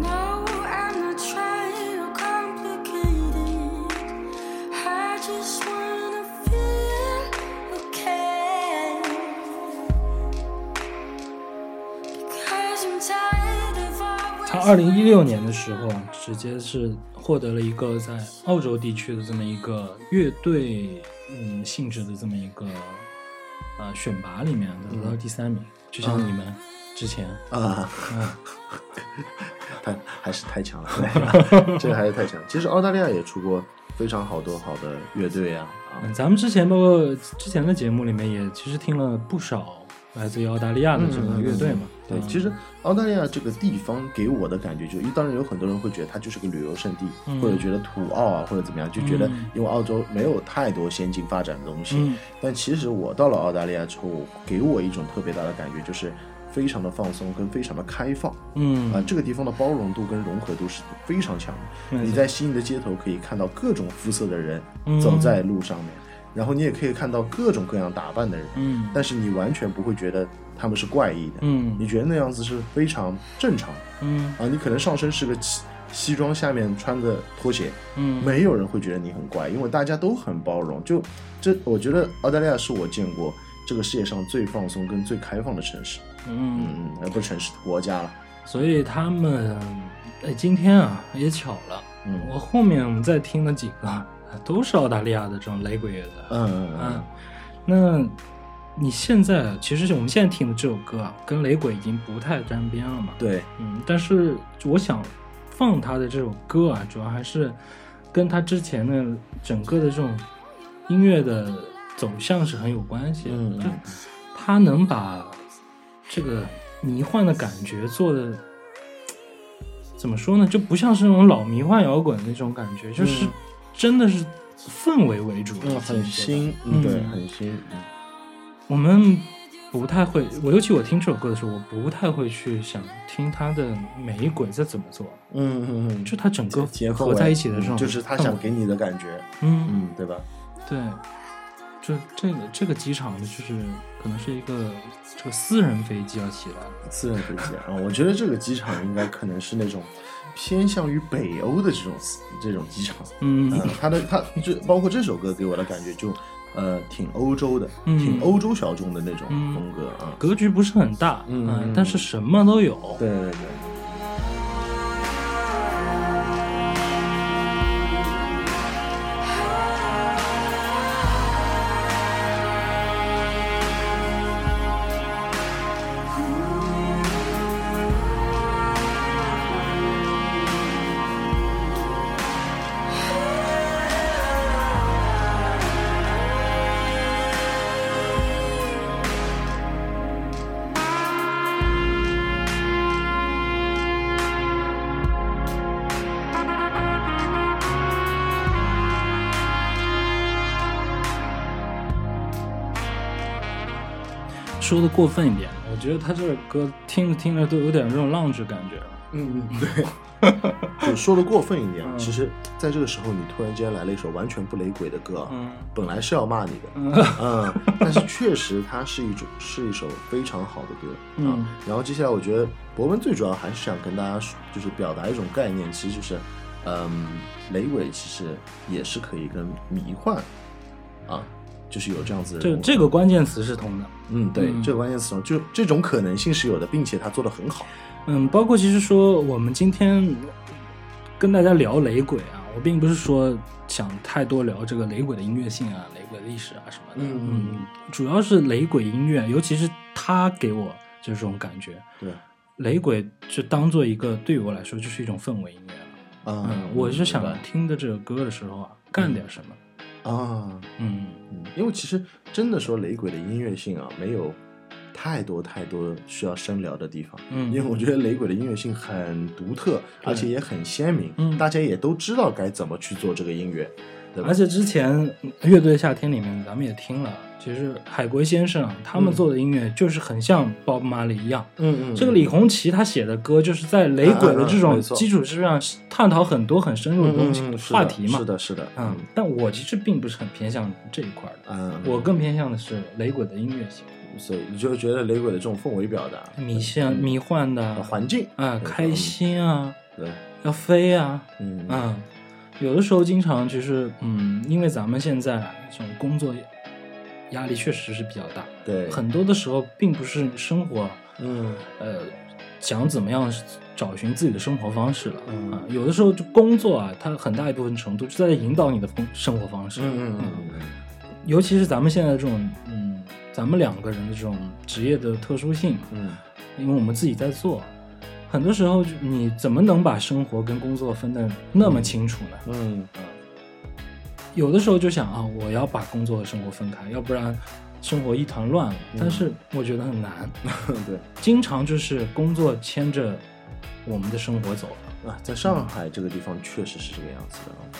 [SPEAKER 7] No, I'm not trying to complicate it. I just wanna feel okay. Because I'm tired of
[SPEAKER 1] 他二
[SPEAKER 7] always
[SPEAKER 1] 零一六年的时候，啊直接是获得了一个在澳洲地区的这么一个乐队，嗯，性质的这么一个呃选拔里面得到第三名，就像你们之前，
[SPEAKER 2] 嗯 啊，太还是太强了，这个还是太强。其实澳大利亚也出过非常好多好的乐队啊，啊
[SPEAKER 1] 嗯，咱们之前包括之前的节目里面也其实听了不少来自于澳大利亚的这个乐队嘛，
[SPEAKER 2] 对，
[SPEAKER 1] 嗯
[SPEAKER 2] 其实澳大利亚这个地方给我的感觉就，当然有很多人会觉得它就是个旅游胜地，
[SPEAKER 1] 嗯
[SPEAKER 2] 或者觉得土澳啊，或者怎么样，就觉得
[SPEAKER 1] 嗯
[SPEAKER 2] 因为澳洲没有太多先进发展的东西。
[SPEAKER 1] 嗯
[SPEAKER 2] 但其实我到了澳大利亚之后，给我一种特别大的感觉就是。非常的放松，跟非常的开放啊、
[SPEAKER 1] 嗯
[SPEAKER 2] 这个地方的包容度跟融合度是非常强的。
[SPEAKER 1] 没错
[SPEAKER 2] 你在悉尼的街头可以看到各种肤色的人
[SPEAKER 1] 嗯
[SPEAKER 2] 走在路上面，然后你也可以看到各种各样打扮的人，
[SPEAKER 1] 嗯
[SPEAKER 2] 但是你完全不会觉得他们是怪异的。
[SPEAKER 1] 嗯
[SPEAKER 2] 你觉得那样子是非常正常的
[SPEAKER 1] 嗯
[SPEAKER 2] 啊？你可能上身是个西西装，下面穿个拖鞋，
[SPEAKER 1] 嗯，
[SPEAKER 2] 没有人会觉得你很怪，因为大家都很包容。就这，我觉得澳大利亚是我见过这个世界上最放松跟最开放的城市。
[SPEAKER 1] 嗯。
[SPEAKER 2] 嗯嗯，呃不是城市，国家了。
[SPEAKER 1] 所以他们，哎，今天啊也巧了，
[SPEAKER 2] 嗯
[SPEAKER 1] 我后面我们再听的几个都是澳大利亚的这种雷鬼乐队。
[SPEAKER 2] 嗯
[SPEAKER 1] 嗯
[SPEAKER 2] 嗯，
[SPEAKER 1] 那你现在其实我们现在听的这首歌啊，跟雷鬼已经不太沾边了嘛。
[SPEAKER 2] 对，
[SPEAKER 1] 嗯，但是我想放他的这首歌啊，主要还是跟他之前的整个的这种音乐的走向是很有关系的。
[SPEAKER 2] 嗯
[SPEAKER 1] 就他能把这个迷幻的感觉做的。怎么说呢？就不像是那种老迷幻摇滚那种感觉，就是
[SPEAKER 2] 嗯
[SPEAKER 1] 真的是氛围为主。
[SPEAKER 2] 嗯，很
[SPEAKER 1] 新。
[SPEAKER 2] 新，嗯，对，
[SPEAKER 1] 嗯
[SPEAKER 2] 很新，嗯
[SPEAKER 1] 我们不太会，我尤其我听这首歌的时候，我不太会去想听它的每一轨在怎么做，
[SPEAKER 2] 嗯嗯嗯，
[SPEAKER 1] 就它整个
[SPEAKER 2] 结
[SPEAKER 1] 合在一起的这
[SPEAKER 2] 时
[SPEAKER 1] 种，
[SPEAKER 2] 候，就是他想，给你的感觉，
[SPEAKER 1] 嗯，
[SPEAKER 2] 嗯，对吧？
[SPEAKER 1] 对，就这个这个机场的就是可能是一个这个私人飞机要起来了，
[SPEAKER 2] 私人飞机啊，我觉得这个机场应该可能是那种偏向于北欧的这种这种机场。
[SPEAKER 1] 嗯
[SPEAKER 2] 嗯，它的它这包括这首歌给我的感觉就，呃，挺欧洲的，
[SPEAKER 1] 嗯
[SPEAKER 2] 挺欧洲小众的那种
[SPEAKER 1] 嗯
[SPEAKER 2] 风格啊。
[SPEAKER 1] 格局不是很大，
[SPEAKER 2] 嗯
[SPEAKER 1] 嗯，但是什么都有，
[SPEAKER 2] 对对对，
[SPEAKER 1] 说的过分一点，我觉得他这个歌听着听着都有点这种浪子感觉了，
[SPEAKER 2] 嗯嗯对。就说的过分一点，
[SPEAKER 1] 嗯
[SPEAKER 2] 其实在这个时候你突然间来了一首完全不雷鬼的歌，
[SPEAKER 1] 嗯
[SPEAKER 2] 本来是要骂你的，
[SPEAKER 1] 嗯
[SPEAKER 2] 嗯，但是确实它是一种是一首非常好的歌，啊
[SPEAKER 1] 嗯
[SPEAKER 2] 然后接下来我觉得博文最主要还是想跟大家说就是表达一种概念，其实就是，嗯，雷鬼其实也是可以跟迷幻，啊，就是有这样子的
[SPEAKER 1] 这
[SPEAKER 2] 融合
[SPEAKER 1] 这个关键词是通的，
[SPEAKER 2] 嗯，对，
[SPEAKER 1] 嗯
[SPEAKER 2] 这个关键词中就这种可能性是有的，并且他做的很好，
[SPEAKER 1] 嗯，包括其实说我们今天跟大家聊雷鬼啊，我并不是说想太多聊这个雷鬼的音乐性啊、雷鬼历史啊什么的，
[SPEAKER 2] 嗯嗯
[SPEAKER 1] 主要是雷鬼音乐，尤其是它给我就是这种感觉，
[SPEAKER 2] 对，
[SPEAKER 1] 雷鬼就当做一个对于我来说就是一种氛围音乐了。
[SPEAKER 2] 啊
[SPEAKER 1] 嗯，，我是想
[SPEAKER 2] 明白嗯
[SPEAKER 1] 听着这个歌的时候啊，干点什么。
[SPEAKER 2] 啊，
[SPEAKER 1] 嗯
[SPEAKER 2] 嗯，因为其实真的说雷鬼的音乐性啊，没有太多太多需要深聊的地方。
[SPEAKER 1] 嗯，
[SPEAKER 2] 因为我觉得雷鬼的音乐性很独特，而且也很鲜明，
[SPEAKER 1] 嗯
[SPEAKER 2] 大家也都知道该怎么去做这个音乐，对吧？
[SPEAKER 1] 而且之前嗯《乐队夏天》里面咱们也听了，其实海龟先生啊，他们
[SPEAKER 2] 嗯
[SPEAKER 1] 做的音乐就是很像 Bob Marley 一样。
[SPEAKER 2] 嗯，嗯嗯，
[SPEAKER 1] 这个李红旗他写的歌，就是在雷鬼
[SPEAKER 2] 啊啊
[SPEAKER 1] 的这
[SPEAKER 2] 啊
[SPEAKER 1] 种
[SPEAKER 2] 没错
[SPEAKER 1] 基础之上，探讨很多很深入的东西、
[SPEAKER 2] 嗯嗯嗯是的
[SPEAKER 1] 话题嘛。
[SPEAKER 2] 是的，是的，
[SPEAKER 1] 嗯，但我其实并不是很偏向这一块的，
[SPEAKER 2] 嗯，
[SPEAKER 1] 我更偏向的是雷鬼的音乐性，嗯
[SPEAKER 2] 所以你就觉得雷鬼的这种氛围表达，
[SPEAKER 1] 迷像迷幻的
[SPEAKER 2] 呃
[SPEAKER 1] 啊、
[SPEAKER 2] 环境，
[SPEAKER 1] 开心啊，
[SPEAKER 2] 对，
[SPEAKER 1] 要飞啊，
[SPEAKER 2] 嗯
[SPEAKER 1] 嗯，有的时候经常就是嗯，因为咱们现在这种工作压力确实是比较大，
[SPEAKER 2] 对，
[SPEAKER 1] 很多的时候并不是生活。
[SPEAKER 2] 嗯
[SPEAKER 1] 呃，想怎么样找寻自己的生活方式了、
[SPEAKER 2] 嗯
[SPEAKER 1] 啊。有的时候就工作啊，它很大一部分程度就在引导你的风生活方式。
[SPEAKER 2] 嗯嗯嗯，
[SPEAKER 1] 尤其是咱们现在这种，嗯，咱们两个人的这种职业的特殊性，
[SPEAKER 2] 嗯，
[SPEAKER 1] 因为我们自己在做，很多时候就你怎么能把生活跟工作分得那么清楚呢？
[SPEAKER 2] 嗯
[SPEAKER 1] 有的时候就想啊，我要把工作和生活分开，要不然生活一团乱了。但是我觉得很难，
[SPEAKER 2] 嗯， 对。
[SPEAKER 1] 经常就是工作牵着我们的生活走了。
[SPEAKER 2] 啊，在上海这个地方确实是这个样子的。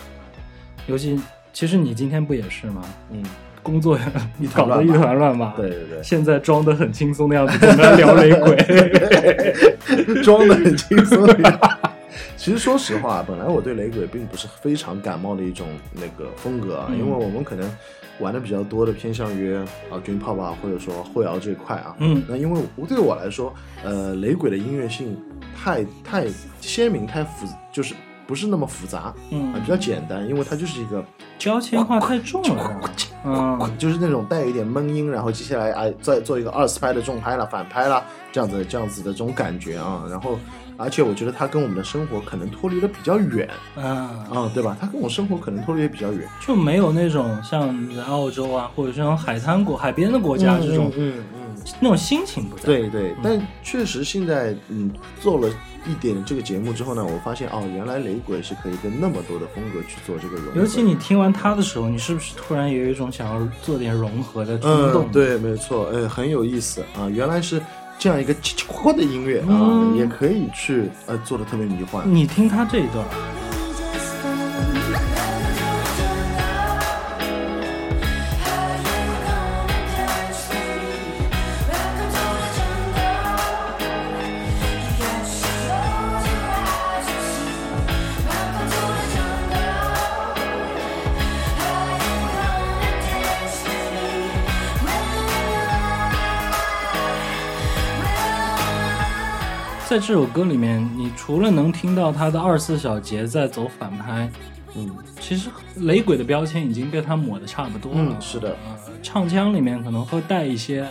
[SPEAKER 1] 尤其其实你今天不也是吗？
[SPEAKER 2] 嗯，
[SPEAKER 1] 工作你搞得一团乱麻，
[SPEAKER 2] 对对
[SPEAKER 1] 现在装得很轻松的样子，跟他 聊雷 鬼，
[SPEAKER 2] 对， 装的很轻松一样。 其实说实话，本来我对雷鬼并不是非常感冒的一种那个风格啊，
[SPEAKER 1] 嗯
[SPEAKER 2] 因为我们可能玩的比较多的偏向于啊军炮吧，或者说后摇这一块啊。
[SPEAKER 1] 嗯
[SPEAKER 2] 那因为我对我来说，呃，雷鬼的音乐性太太鲜明，太复就是不是那么复杂，
[SPEAKER 1] 嗯
[SPEAKER 2] 啊，比较简单，因为它就是一个
[SPEAKER 1] 标签化太重了，嗯，
[SPEAKER 2] 就是那种带一点闷音，然后接下来哎再做一个二次拍的重拍了、反拍了这样子这样子的这种感觉啊。然后而且我觉得它跟我们的生活可能脱离的比较远
[SPEAKER 1] 啊，
[SPEAKER 2] 啊、对吧？它跟我生活可能脱离的比较远。
[SPEAKER 1] 就没有那种像在澳洲啊，或者是那种海滩国、海边的国家这种、
[SPEAKER 2] 嗯嗯嗯，
[SPEAKER 1] 那种心情不在。嗯
[SPEAKER 2] 对对，但确实现在嗯做了一点这个节目之后呢，我发现哦，原来雷鬼是可以跟那么多的风格去做这个融合。
[SPEAKER 1] 尤其你听完他的时候，你是不是突然也有一种想要做点融合的冲动？
[SPEAKER 2] 嗯，对，没错，呃，很有意思啊，原来是。这样一个叽叽呱呱的音乐啊，
[SPEAKER 1] 嗯
[SPEAKER 2] 也可以去呃做的特别迷幻。
[SPEAKER 1] 你听他这一段，在这首歌里面，你除了能听到他的二十四小节在走反拍，
[SPEAKER 2] 嗯
[SPEAKER 1] 其实雷鬼的标签已经被他抹的差不多了。
[SPEAKER 2] 嗯，是的，
[SPEAKER 1] 呃，唱腔里面可能会带一些，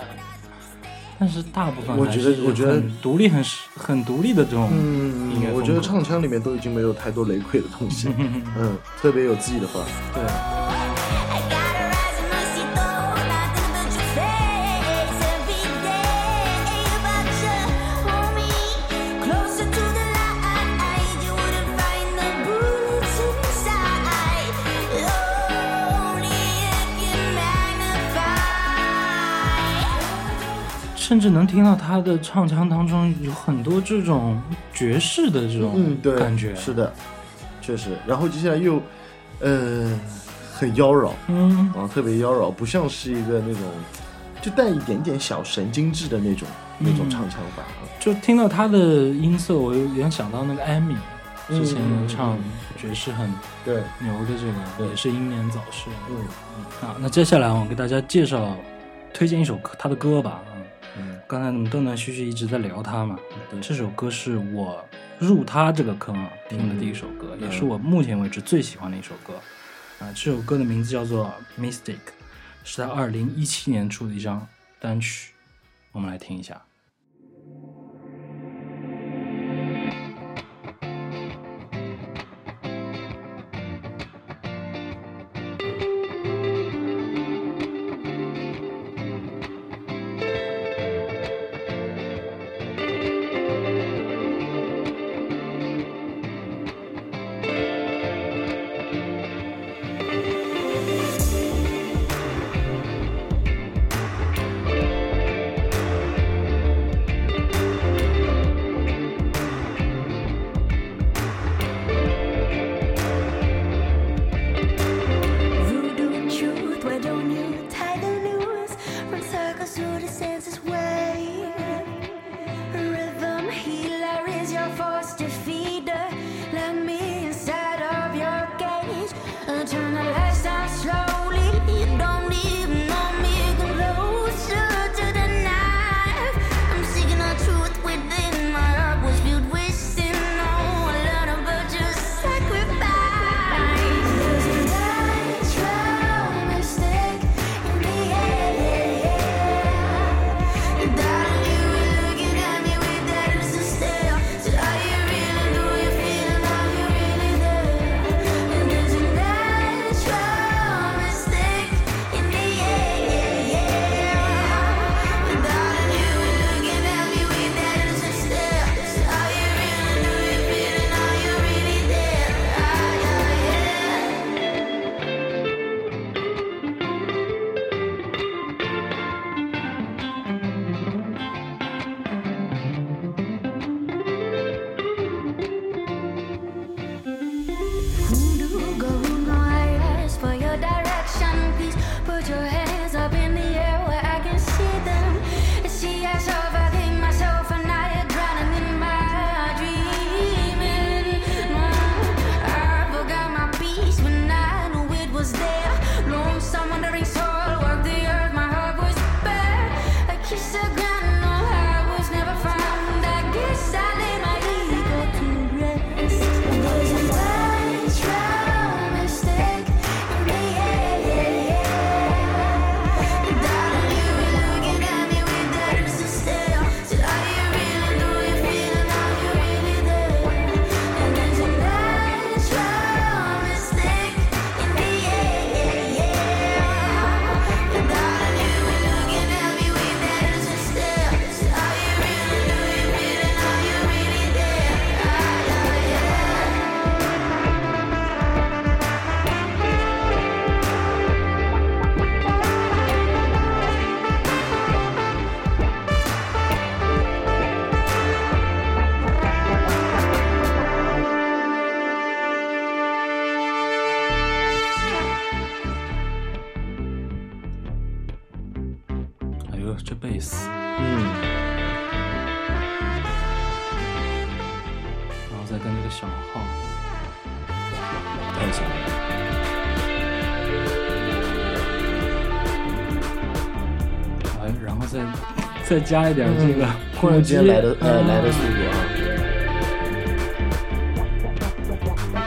[SPEAKER 1] 但是大部分
[SPEAKER 2] 我
[SPEAKER 1] 还
[SPEAKER 2] 觉得
[SPEAKER 1] 是
[SPEAKER 2] 我觉得
[SPEAKER 1] 很独立很很独立的这种音乐
[SPEAKER 2] 嗯，
[SPEAKER 1] 风格
[SPEAKER 2] 我觉得唱腔里面都已经没有太多雷鬼的东 西，嗯，特别有自己的范儿。
[SPEAKER 1] 对。
[SPEAKER 7] I gotta rise and mercy though nothing but your face every day But you hold me closer to the light You wouldn't find the bullets inside Oh. Only it can magnify
[SPEAKER 1] 甚至能听到他的唱腔当中有很多这种爵士的这
[SPEAKER 2] 嗯，
[SPEAKER 1] 种
[SPEAKER 2] 对，
[SPEAKER 1] 感觉，
[SPEAKER 2] 是的，确实。然后接下来又，呃，很妖娆
[SPEAKER 1] 嗯，
[SPEAKER 2] 啊，特别妖娆，不像是一个那种就带一点点小神经质的那种那
[SPEAKER 1] 嗯
[SPEAKER 2] 种唱腔法啊。
[SPEAKER 1] 就听到他的音色，我有点想到那个艾米之前唱爵士很
[SPEAKER 2] 嗯对，
[SPEAKER 1] 牛的这个，也是英年早逝
[SPEAKER 2] 嗯
[SPEAKER 1] 啊。那接下来我给大家介绍推荐一首歌，他的歌吧，嗯
[SPEAKER 2] 嗯
[SPEAKER 1] 刚才你们断断续续一直在聊他嘛，
[SPEAKER 2] 对
[SPEAKER 1] 这首歌是我入他这个坑啊听的第一首歌，
[SPEAKER 2] 嗯
[SPEAKER 1] 也是我目前为止最喜欢的一首歌。啊，这首歌的名字叫做《Mistake》，是他二零一七年出的一张单曲，我们来听一下。
[SPEAKER 7] Voodoo truth, why don't you tie the news from circles to the senses way? Rhythm healer is your force defeater. Let me inside of your cage. and Turn the lights down slowly. You don't even know me. Come closer to the knife. I'm seeking the truth within. My heart was filled with sin. Oh, I learned about your sacrifice. There's a natural mistake in the air. You thought you were looking at me with that resistance stare. So are you really, do you feel, are you really there? And there's a natural mistake in the air. You thought you were looking at me with that resistance stare. So are you really, do you feel, are you really there? Ah, yeah. Voodoo, go no, I ask for your direction. Please put your hands up in the air where I can see them. And see yourself, I think myself, and I am drowning in my dreaming. Mm, I forgot my peace when I knew it was there. Lonesome, wandering soul, walk the earth, my heart was bare. I kissed the ground, no, I was never found. I guess I lay my ego to rest. Was a natural mistake in the air.
[SPEAKER 1] 哎呦，这贝斯，
[SPEAKER 2] 嗯，
[SPEAKER 1] 然后再跟这个小号，
[SPEAKER 2] 看一下，
[SPEAKER 1] 哎，然后再再加一点这个
[SPEAKER 2] 忽嗯然之间来的呃来的速度啊。啊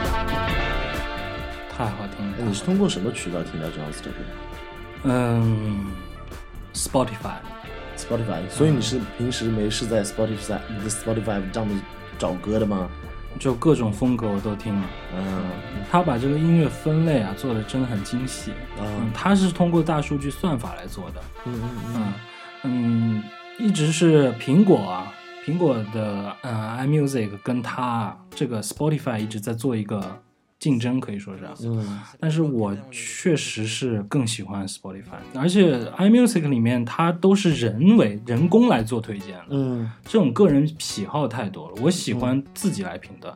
[SPEAKER 1] 太好听了。
[SPEAKER 2] 哎你是通过什么渠道听到 John s t e p e
[SPEAKER 1] 嗯，Spotify，
[SPEAKER 2] Spotify，所以你是平时没事在 Spotify Spotify 上面找歌的吗？
[SPEAKER 1] 就各种风格我都听了。
[SPEAKER 2] 嗯，
[SPEAKER 1] 他把这个音乐分类啊做的真的很精细。
[SPEAKER 2] 啊
[SPEAKER 1] 嗯，他是通过大数据算法来做的。嗯嗯嗯一直是苹果啊，苹果的呃 iMusic 跟它这个 Spotify 一直在做一个竞争，可以说是。嗯，但是我确实是更喜欢 Spotify，而且 iMusic 里面它都是人为人工来做推荐的。
[SPEAKER 2] 嗯
[SPEAKER 1] 这种个人喜好太多了，我喜欢自己来评断。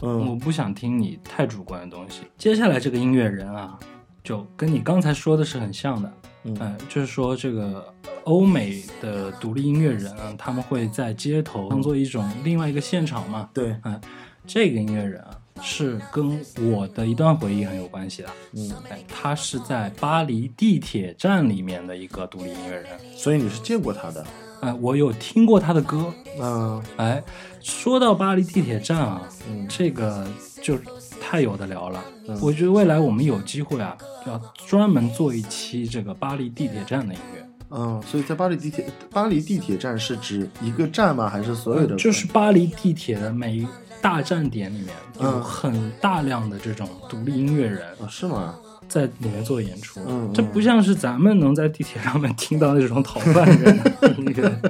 [SPEAKER 1] 我
[SPEAKER 2] 嗯
[SPEAKER 1] 不想听你太主观的东西。接下来这个音乐人啊，就跟你刚才说的是很像的，嗯、就是说这个欧美的独立音乐人啊，他们会在街头当做一种另外一个现场嘛，
[SPEAKER 2] 对，
[SPEAKER 1] 嗯、这个音乐人啊。是跟我的一段回忆很有关系的，嗯，哎，他是在巴黎地铁站里面的一个独立音乐人，
[SPEAKER 2] 所以你是见过他的。
[SPEAKER 1] 哎，我有听过他的歌，
[SPEAKER 2] 嗯，
[SPEAKER 1] 哎，说到巴黎地铁站啊，这个就太有的聊了。我觉得未来我们有机会啊，要专门做一期这个巴黎地铁站的音乐，
[SPEAKER 2] 嗯，所以在巴黎地铁，巴黎地铁站是指一个站吗？还是所有的？
[SPEAKER 1] 呃就是巴黎地铁的每一大站点里面有很大量的这种独立音乐人
[SPEAKER 2] 啊，是吗？
[SPEAKER 1] 在里面做演出。
[SPEAKER 2] 嗯嗯
[SPEAKER 1] 这不像是咱们能在地铁上面听到那种讨饭人的音 乐。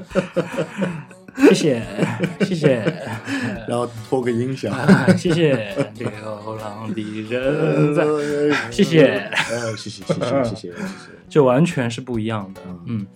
[SPEAKER 1] 谢谢，谢谢。
[SPEAKER 2] 然后拖个音响，
[SPEAKER 1] 啊谢谢流浪的人在， 谢谢嗯
[SPEAKER 2] 哎，谢谢谢谢谢谢谢谢。
[SPEAKER 1] 就完全是不一样的。嗯，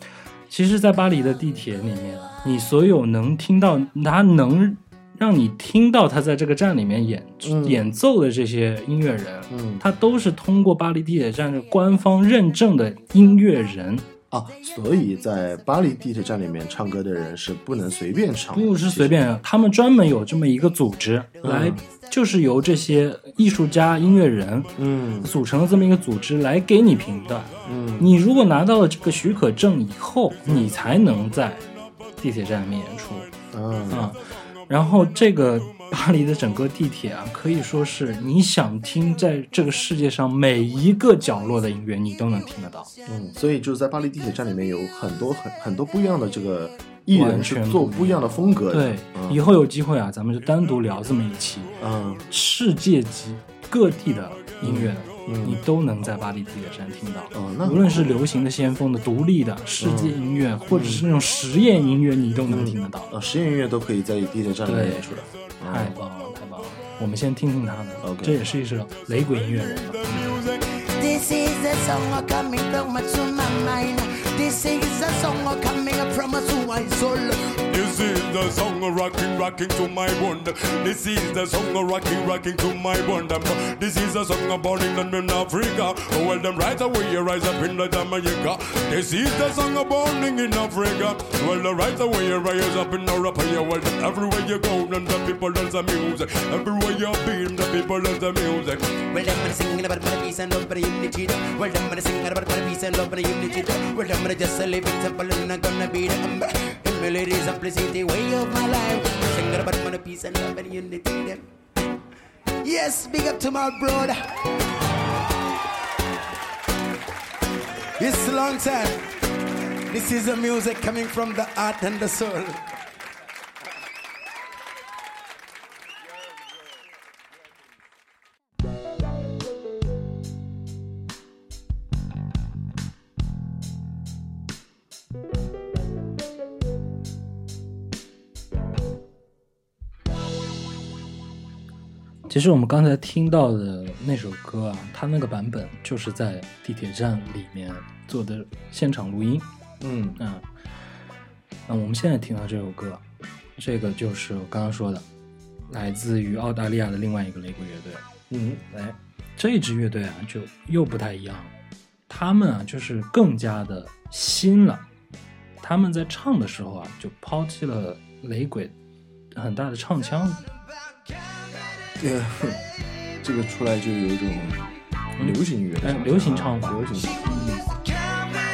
[SPEAKER 1] 其实，在巴黎的地铁里面，你所有能听到，他能让你听到他在这个站里面演、演奏的这些音乐人，
[SPEAKER 2] 嗯
[SPEAKER 1] 他都是通过巴黎地铁站的官方认证的音乐人，
[SPEAKER 2] 啊，所以在巴黎地铁站里面唱歌的人是不能随便唱的，
[SPEAKER 1] 不是随便，啊他们专门有这么一个组织
[SPEAKER 2] 嗯
[SPEAKER 1] 来，就是由这些艺术家、音乐人，
[SPEAKER 2] 嗯
[SPEAKER 1] 组成了这么一个组织来给你评断。嗯，你如果拿到了这个许可证以后，你才能在地铁站里面演出
[SPEAKER 2] 嗯
[SPEAKER 1] 啊、然后这个巴黎的整个地铁啊，可以说是你想听在这个世界上每一个角落的音乐，你都能听得到。
[SPEAKER 2] 嗯，所以就是在巴黎地铁站里面有很多很很多不一样的这个艺人
[SPEAKER 1] 完
[SPEAKER 2] 是
[SPEAKER 1] 全
[SPEAKER 2] 做不一样的风格的
[SPEAKER 1] 对，，以后有机会啊，咱们就单独聊这么一期
[SPEAKER 2] 嗯
[SPEAKER 1] 世界级各地的音乐。你都能在巴黎地铁站听到，
[SPEAKER 2] 嗯哦那
[SPEAKER 1] 无论是流行的、先锋的、独立的、世界音乐，或者是那种实验音乐，你都能听得到。
[SPEAKER 2] 呃，实验音乐都可以在地铁站里面演出的。嗯
[SPEAKER 1] 太棒了，太棒了！我们先听听他的
[SPEAKER 2] OK
[SPEAKER 1] 这也是一首雷鬼音乐人嘛。
[SPEAKER 5] This is the song coming from my to my mind. This is the song coming from my to my soul.
[SPEAKER 8] This is the song of rocking, rocking to my wonder. This is the song of rocking, rocking to my wonder. This is the song of born England in Africa. Oh, well, them right away you rise up in the Jamaica. This is the song of born in Africa. Well, the right away you rise up in Europe. Yeah, well, them everywhere you go, then the people dance the music. Everywhere you be, the people dance the music.
[SPEAKER 5] Well, them gonna sing about the peace and love, but unity. though. Well, them gonna sing about the peace and love, but unity. though. Well, them gonna just a living simple and not gonna be the umbrella. In melody, simplicity, way of my life. Sing about the peace and love and unity. though. Yes, big up to my brother. It's a long time. This is the music coming from the heart and the soul.
[SPEAKER 1] 其实我们刚才听到的那首歌啊，它那个版本就是在地铁站里面做的现场录音。
[SPEAKER 2] 嗯
[SPEAKER 1] 嗯，那我们现在听到这首歌，这个就是我刚刚说的，来自于澳大利亚的另外一个雷鬼乐队。
[SPEAKER 2] 嗯
[SPEAKER 1] 哎，这支乐队啊，就又不太一样了，他们啊就是更加的新了，他们在唱的时候啊，就抛弃了雷鬼很大的唱腔，
[SPEAKER 2] 对，哼 这个出来就有一种流行音乐的
[SPEAKER 1] 哎
[SPEAKER 2] 唱法，
[SPEAKER 1] 流行唱法
[SPEAKER 2] 流行唱法。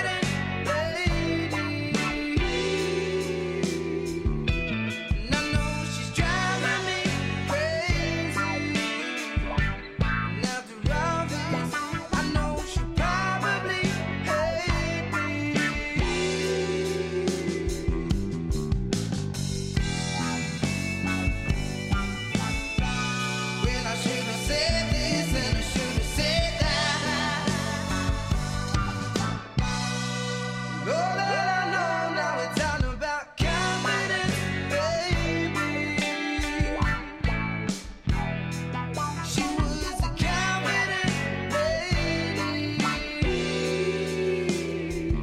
[SPEAKER 5] All that I know now it's all about confidence, baby. She was a confident lady,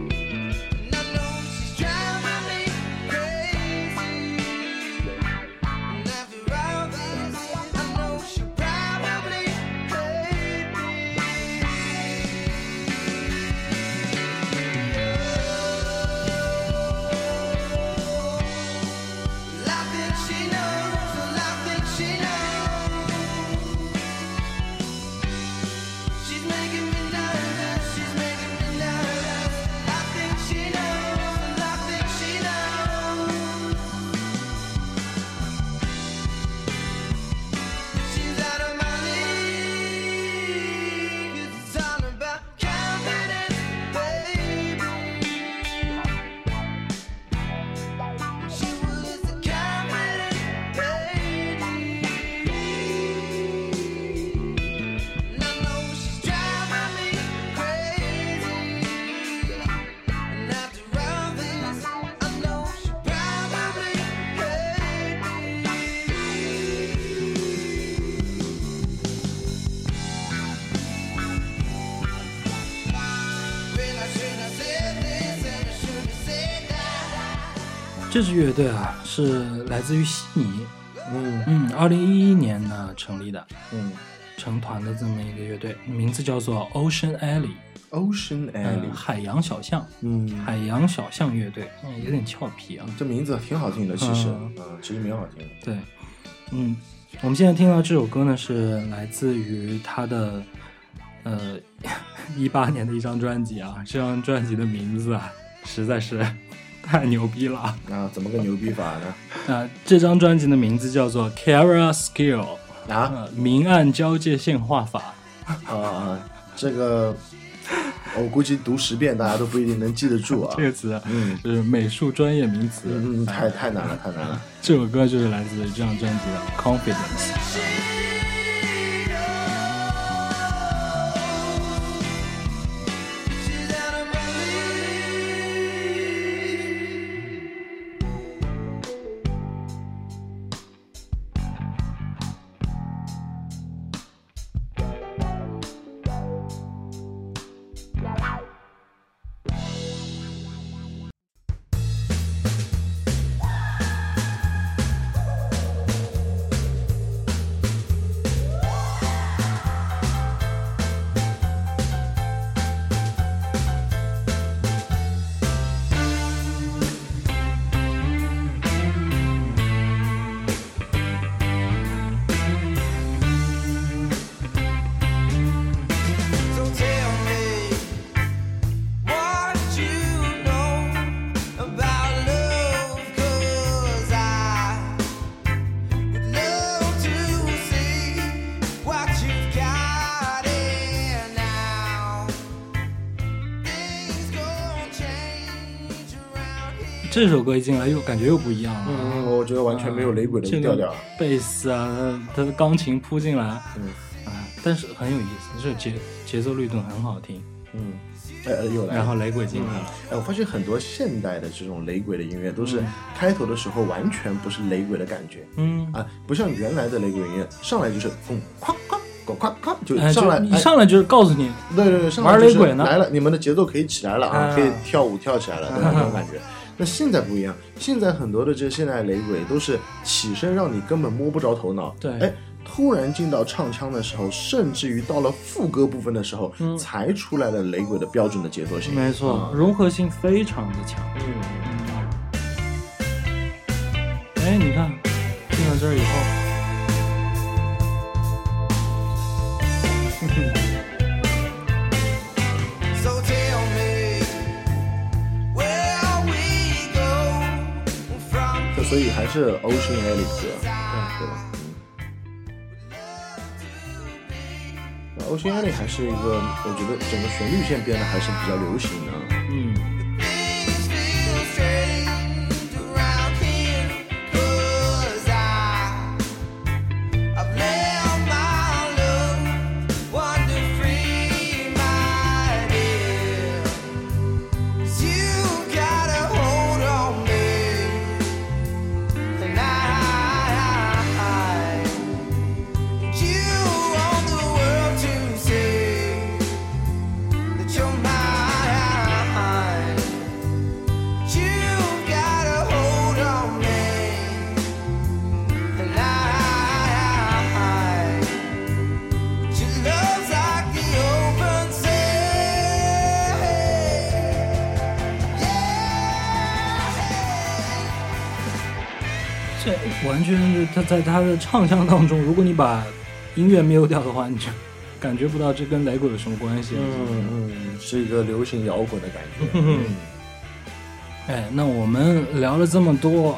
[SPEAKER 5] and I know she's driving me crazy. And after all this, I know she probably hate me. Life that she knows, the life that she knows. She's making me nervous, she's making me nervous. I think she knows, the life that she knows. She's out of my league. It's all about confidence, baby. She was a confident lady, and I know she's driving me crazy. And after all this, I know she probably hate me. Well, I shouldn't have said this, and I shouldn't have said that.
[SPEAKER 1] 这支乐队啊，是来自于悉尼，嗯嗯，二零一一年呢成立的，
[SPEAKER 2] 嗯
[SPEAKER 1] 成团的这么一个乐队，名字叫做 Ocean Alley，
[SPEAKER 2] ，Ocean
[SPEAKER 1] 呃，
[SPEAKER 2] Alley，
[SPEAKER 1] 海洋小巷，
[SPEAKER 2] 嗯，
[SPEAKER 1] 海洋小巷乐队，嗯，哎有点俏皮啊，
[SPEAKER 2] 这名字挺好听的，其实，
[SPEAKER 1] 嗯
[SPEAKER 2] 嗯，其实蛮好听 的。
[SPEAKER 1] 对，嗯，我们现在听到这首歌呢，是来自于他的呃 一八年的一张专辑啊，这张专辑的名字啊，实在是 太牛逼了啊！
[SPEAKER 2] 那怎么个牛逼法呢？
[SPEAKER 1] 那这张专辑的名字叫做 Kara Skill，
[SPEAKER 2] 啊
[SPEAKER 1] 呃，明暗交界线画法。
[SPEAKER 2] 啊啊！这个哦我估计读十遍大家都不一定能记得住啊
[SPEAKER 1] 这。个词，
[SPEAKER 2] 嗯
[SPEAKER 1] 是美术专业名词。啊
[SPEAKER 2] 嗯，太太难了，太难了。
[SPEAKER 1] 这首歌就是来自于这张专辑的《Confidence》。
[SPEAKER 5] So tell me what you know about love, 'cause I would love to see what you've got in now. Things gonna change around here.
[SPEAKER 1] 这首歌一进来又感觉又不一样了。
[SPEAKER 2] 嗯，我觉得完全没有雷鬼的
[SPEAKER 1] 这
[SPEAKER 2] 调
[SPEAKER 1] 个
[SPEAKER 2] 调。
[SPEAKER 1] 贝斯啊，它的钢琴扑进来，啊、
[SPEAKER 2] 嗯
[SPEAKER 1] 但是很有意思，这节节奏律动很好听，
[SPEAKER 2] 嗯，哎，哎又来了。
[SPEAKER 1] 然后雷鬼啊进来了，
[SPEAKER 2] 哎，我发现很多现代的这种雷鬼的音乐都是开头的时候完全不是雷鬼的感觉，
[SPEAKER 1] 嗯，
[SPEAKER 2] 啊，不像原来的雷鬼音乐，上来就是嗯，哐哐哐哐哐，就
[SPEAKER 1] 哎，
[SPEAKER 2] 上来，
[SPEAKER 1] 就一
[SPEAKER 2] 哎
[SPEAKER 1] 上来就是告诉你，
[SPEAKER 2] 对对对，上
[SPEAKER 1] 玩
[SPEAKER 2] 来就是
[SPEAKER 1] 雷鬼呢
[SPEAKER 2] 来了，你们的节奏可以起来了啊，
[SPEAKER 1] 啊
[SPEAKER 2] 可以跳舞跳起来 了，对吧？那种感觉。那现在不一样，现在很多的这现代雷鬼都是起身让你根本摸不着头脑，
[SPEAKER 1] 对
[SPEAKER 2] 哎，突然进到唱腔的时候，甚至于到了副歌部分的时候，才出来了雷鬼的标准的节奏性。
[SPEAKER 1] 嗯没
[SPEAKER 2] 嗯
[SPEAKER 1] 错，融合性非常的强。嗯哎，你看，进了这儿以后，
[SPEAKER 3] So tell me, where we go from
[SPEAKER 2] 这所以还是 Ocean Alley 的歌，对吧？嗯。Ocean Alley 还是一个，我觉得整个旋律线编的还是比较流行的。
[SPEAKER 1] 嗯，
[SPEAKER 3] things feel strange around here? 'Cause I, I've left my love wander free, my dear. 'Cause you got a hold on me tonight. You want the world to see that you're mine. You got a hold on me, and I. Your love's like the open sea. Yeah.
[SPEAKER 1] 这完全是他在他的唱腔当中，如果你把音乐谬掉的话，你就感觉不到这跟雷鬼有什么关系。啊
[SPEAKER 2] 嗯嗯，是一个流行摇滚的感觉。嗯
[SPEAKER 1] 哎，那我们聊了这么多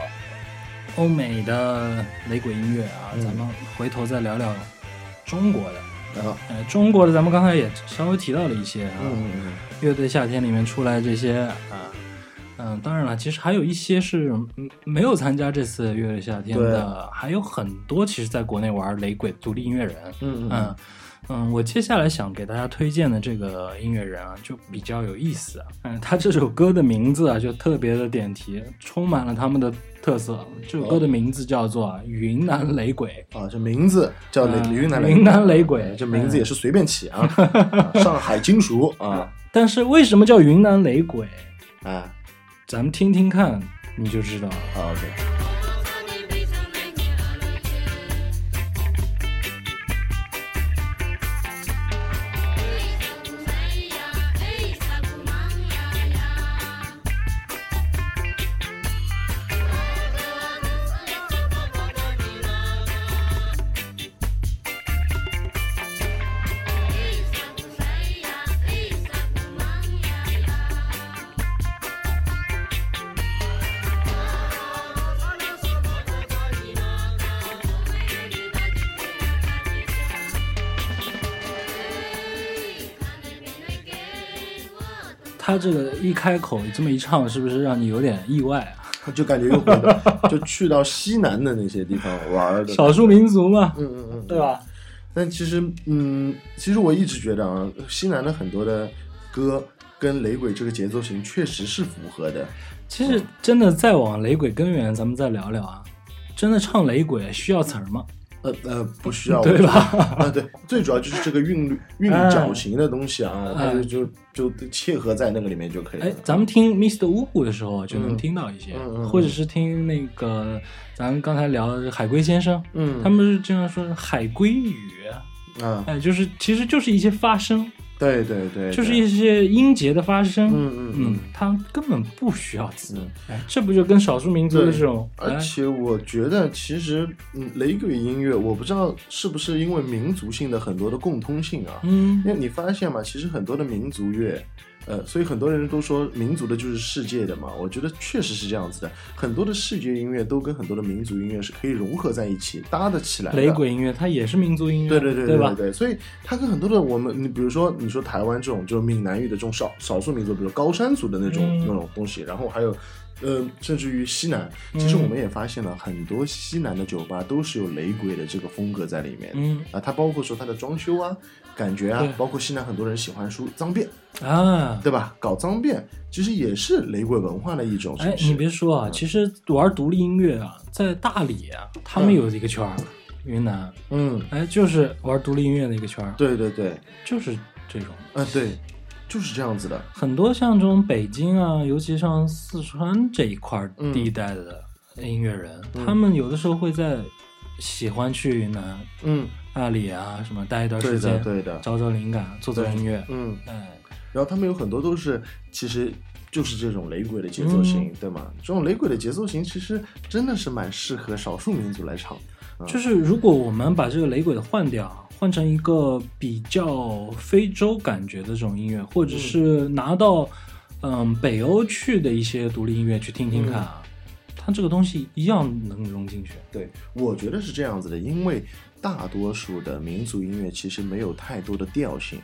[SPEAKER 1] 欧美的雷鬼音乐啊，咱们回头再聊聊中国的。
[SPEAKER 2] 然后，
[SPEAKER 1] 哎，中国的咱们刚才也稍微提到了一些啊，
[SPEAKER 2] 啊嗯嗯
[SPEAKER 1] 乐队夏天里面出来这些啊，嗯、当然了，其实还有一些是嗯没有参加这次乐队夏天的，呃还有很多其实在国内玩雷鬼独立音乐人，
[SPEAKER 2] 嗯嗯
[SPEAKER 1] 嗯嗯，我接下来想给大家推荐的这个音乐人啊，就比较有意思啊。嗯，他这首歌的名字啊，就特别的点题，充满了他们的特色。这首歌的名字叫做《云南雷鬼
[SPEAKER 2] 啊，这名字叫雷
[SPEAKER 1] 嗯
[SPEAKER 2] 云南
[SPEAKER 1] 云南雷鬼嗯
[SPEAKER 2] 哎这名字也是随便起啊，啊上海金属啊》，
[SPEAKER 1] 但是为什么叫云南雷鬼？
[SPEAKER 2] 啊
[SPEAKER 1] 咱们听听看， 你就知道了。
[SPEAKER 2] 好啊 OK，
[SPEAKER 1] 他这个一开口这么一唱，是不是让你有点意外 啊？
[SPEAKER 2] 就感觉又回到就去到西南的那些地方玩儿的。
[SPEAKER 1] 少数民族嘛，
[SPEAKER 2] 嗯嗯嗯，
[SPEAKER 1] 对吧？
[SPEAKER 2] 但其实，嗯，其实我一直觉得啊，西南的很多的歌跟雷鬼这个节奏型确实是符合的。
[SPEAKER 1] 其实真的再往雷鬼根源，咱们再聊聊啊。真的唱雷鬼需要词儿吗？
[SPEAKER 2] 呃呃，不需要，
[SPEAKER 1] 对吧
[SPEAKER 2] 我觉得？啊，对，最主要就是这个韵律、韵
[SPEAKER 1] 哎
[SPEAKER 2] 脚型的东西啊，它
[SPEAKER 1] 哎
[SPEAKER 2] 就就就切合在那个里面就可以了。
[SPEAKER 1] 哎，咱们听 Mr. Wu Wu 的时候就能听到一些，
[SPEAKER 2] 嗯嗯嗯
[SPEAKER 1] 或者是听那个咱刚才聊的海龟先生，
[SPEAKER 2] 嗯
[SPEAKER 1] 他们是经常说海龟语，
[SPEAKER 2] 啊，
[SPEAKER 1] 哎，就是其实就是一些发声，
[SPEAKER 2] 对对对，对
[SPEAKER 1] 就是一些音节的发声，
[SPEAKER 2] 嗯嗯嗯
[SPEAKER 1] 嗯，他根本不需要词
[SPEAKER 2] 嗯，呃
[SPEAKER 1] 哎，这不就跟少数民族的这种，哎
[SPEAKER 2] 而，且我觉得，其实嗯，雷鬼音乐，我不知道是不是因为民族性的很多的共通性啊，
[SPEAKER 1] 嗯
[SPEAKER 2] 因为你发现嘛，其实很多的民族乐，呃，所以很多人都说民族的就是世界的嘛，我觉得确实是这样子的，很多的世界音乐都跟很多的民族音乐是可以融合在一起搭得起来的。
[SPEAKER 1] 雷鬼音乐它也是民族音乐，
[SPEAKER 2] 对对对对
[SPEAKER 1] 对吧
[SPEAKER 2] 对？所以它跟很多的我们，你比如说你说台湾这种就是闽南语的这种少少数民族，比如高山族的那种、
[SPEAKER 1] 嗯
[SPEAKER 2] 那种东西，然后还有。呃，甚至于西南，
[SPEAKER 1] 嗯
[SPEAKER 2] 其实我们也发现了很多西南的酒吧都是有雷鬼的这个风格在里面。
[SPEAKER 1] 嗯
[SPEAKER 2] 啊，它包括说它的装修啊、感觉啊
[SPEAKER 1] 对，
[SPEAKER 2] 包括西南很多人喜欢梳脏辫，
[SPEAKER 1] 啊，
[SPEAKER 2] 对吧？搞脏辫其实也是雷鬼文化的一种
[SPEAKER 1] 哎
[SPEAKER 2] 形，式。
[SPEAKER 1] 你别说
[SPEAKER 2] 嗯
[SPEAKER 1] 啊，其实玩独立音乐啊，在大理啊，他们
[SPEAKER 2] 嗯
[SPEAKER 1] 有一个圈儿，云南，
[SPEAKER 2] 嗯，
[SPEAKER 1] 哎，就是玩独立音乐的一个圈儿，
[SPEAKER 2] 对对对，
[SPEAKER 1] 就是这种。
[SPEAKER 2] 啊对，就是这样子的。
[SPEAKER 1] 很多像这种北京啊，尤其像四川这一块地带的音乐人，他们有的时候会在喜欢去哪
[SPEAKER 2] 嗯，
[SPEAKER 1] 那里啊什么待一段
[SPEAKER 2] 对
[SPEAKER 1] 时
[SPEAKER 2] 的
[SPEAKER 1] 间，
[SPEAKER 2] 对的
[SPEAKER 1] 找找灵感，做做
[SPEAKER 2] 对
[SPEAKER 1] 音乐，
[SPEAKER 2] 嗯，
[SPEAKER 1] 嗯，
[SPEAKER 2] 然后他们有很多都是其实就是这种雷鬼的节奏
[SPEAKER 1] 嗯
[SPEAKER 2] 型，对吗？这种雷鬼的节奏型其实真的是蛮适合少数民族来唱，嗯
[SPEAKER 1] 就是如果我们把这个雷鬼的换掉，换成一个比较非洲感觉的这种音乐，或者是拿到嗯、北欧去的一些独立音乐去听听看啊，
[SPEAKER 2] 嗯
[SPEAKER 1] 它这个东西一样能融进去。
[SPEAKER 2] 对，我觉得是这样子的，因为大多数的民族音乐其实没有太多的调性。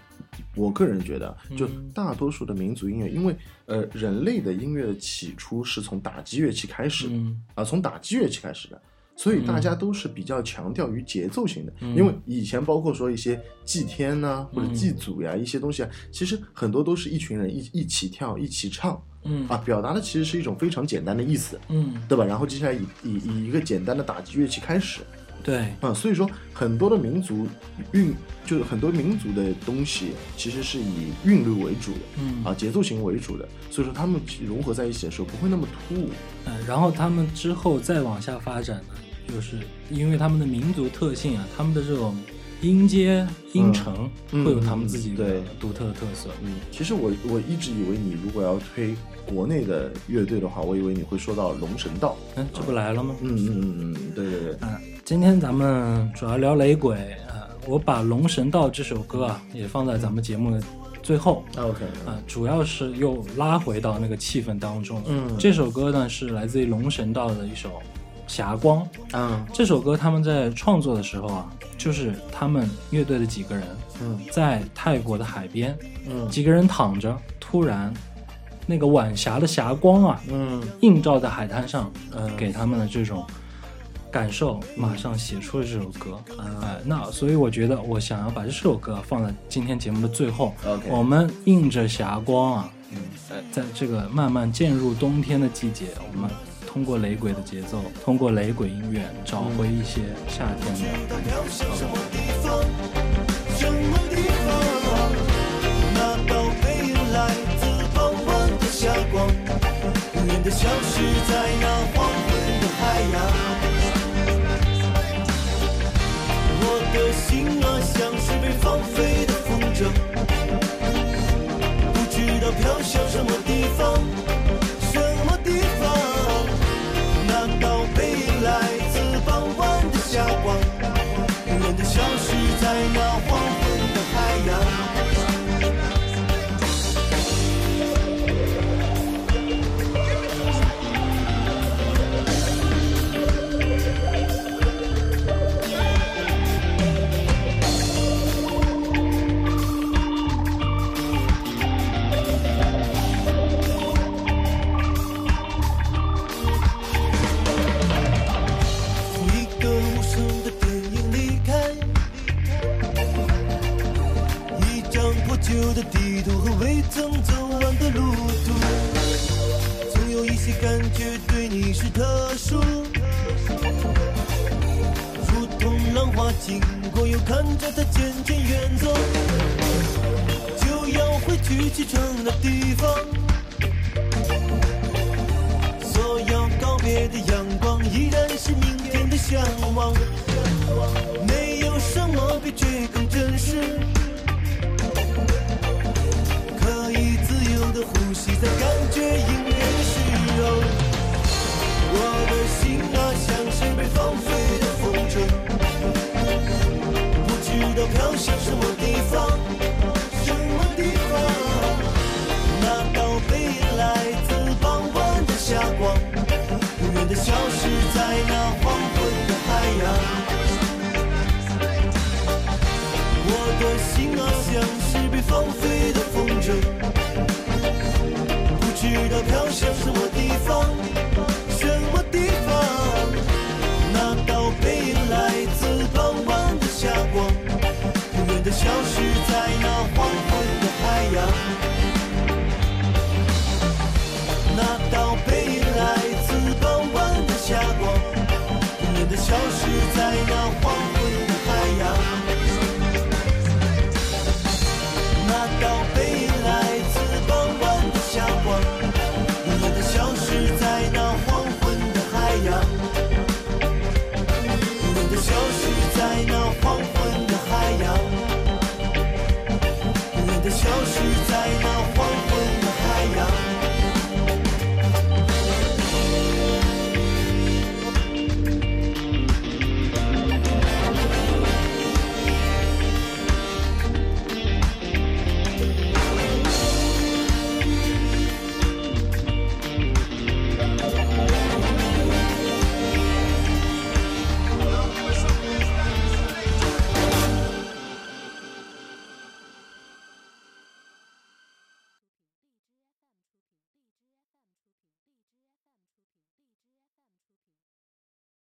[SPEAKER 2] 我个人觉得，就
[SPEAKER 1] 嗯
[SPEAKER 2] 大多数的民族音乐，因为呃，人类的音乐的起初是从打击乐器开始的，啊、
[SPEAKER 1] 嗯
[SPEAKER 2] 从打击乐器开始的，所以大家都是比较强调于节奏型的，
[SPEAKER 1] 嗯
[SPEAKER 2] 因为以前包括说一些祭天呐、或者祭祖呀、一些东西啊，其实很多都是一群人一一起跳、一起唱
[SPEAKER 1] 嗯
[SPEAKER 2] 啊，表达的其实是一种非常简单的意思，
[SPEAKER 1] 嗯，
[SPEAKER 2] 对吧？然后接下来以以以一个简单的打击乐器开始，
[SPEAKER 1] 对，
[SPEAKER 2] 啊，所以说很多的民族韵，就是很多民族的东西其实是以韵律为主的，
[SPEAKER 1] 嗯
[SPEAKER 2] 啊，节奏型为主的，所以说他们融合在一起的时候不会那么突兀，
[SPEAKER 1] 嗯，然后他们之后再往下发展呢，就是因为他们的民族特性啊，他们的这种音阶、音程、
[SPEAKER 2] 嗯
[SPEAKER 1] 会有他们自己的
[SPEAKER 2] 对
[SPEAKER 1] 独特的特色。
[SPEAKER 2] 嗯，其实我我一直以为你如果要推国内的乐队的话，我以为你会说到龙神道，
[SPEAKER 1] 嗯，这不来了吗？
[SPEAKER 2] 嗯嗯嗯嗯，对对对，
[SPEAKER 1] 嗯，今天咱们主要聊雷鬼啊、呃我把《龙神道》这首歌啊也放在咱们节目的最后啊、
[SPEAKER 2] OK，
[SPEAKER 1] 呃主要是又拉回到那个气氛当中。
[SPEAKER 2] 嗯
[SPEAKER 1] 这首歌呢是来自于《龙神道》的一首《霞光》。
[SPEAKER 2] 嗯
[SPEAKER 1] 这首歌他们在创作的时候啊，就是他们乐队的几个人
[SPEAKER 2] 嗯
[SPEAKER 1] 在泰国的海边，
[SPEAKER 2] 嗯
[SPEAKER 1] 几个人躺着，突然那个晚霞的霞光啊，
[SPEAKER 2] 嗯
[SPEAKER 1] 映照在海滩上，呃，给他们的这种感受，马上写出了这首歌。呃，那所以我觉得，我想要把这首歌放在今天节目的最后。
[SPEAKER 2] OK
[SPEAKER 1] 我们映着霞光啊，呃，在这个慢慢渐入冬天的季节，我们通过雷鬼的节奏，通过雷鬼音乐，找回一些夏天的感觉。
[SPEAKER 9] 嗯什么地方？那道背影来自傍晚的霞光，无言的消失在那黄昏的海洋。我的心啊，像是被放飞的风筝，不知道飘向什么地方，什么地方？那道背影来自傍晚的霞光。永远的消失在那黄昏的海洋。从一个无声的电影离开，一张破旧的地图和未曾走完的路途，总有一些感觉对你是特殊，如同浪花经过，又看着它渐渐远走，就要回去启程的地方。所有告别的阳光，依然是明天的向往。没有什么比这更真实，可以自由的呼吸，在感觉隐约的时候，我的心啊，像是被放飞的风筝，不知道飘向什么地方，什么地方。那道背影来自傍晚的霞光，永远的消失在那黄昏的海洋。我的心啊，像是被放飞的风筝，不知道飘向什么地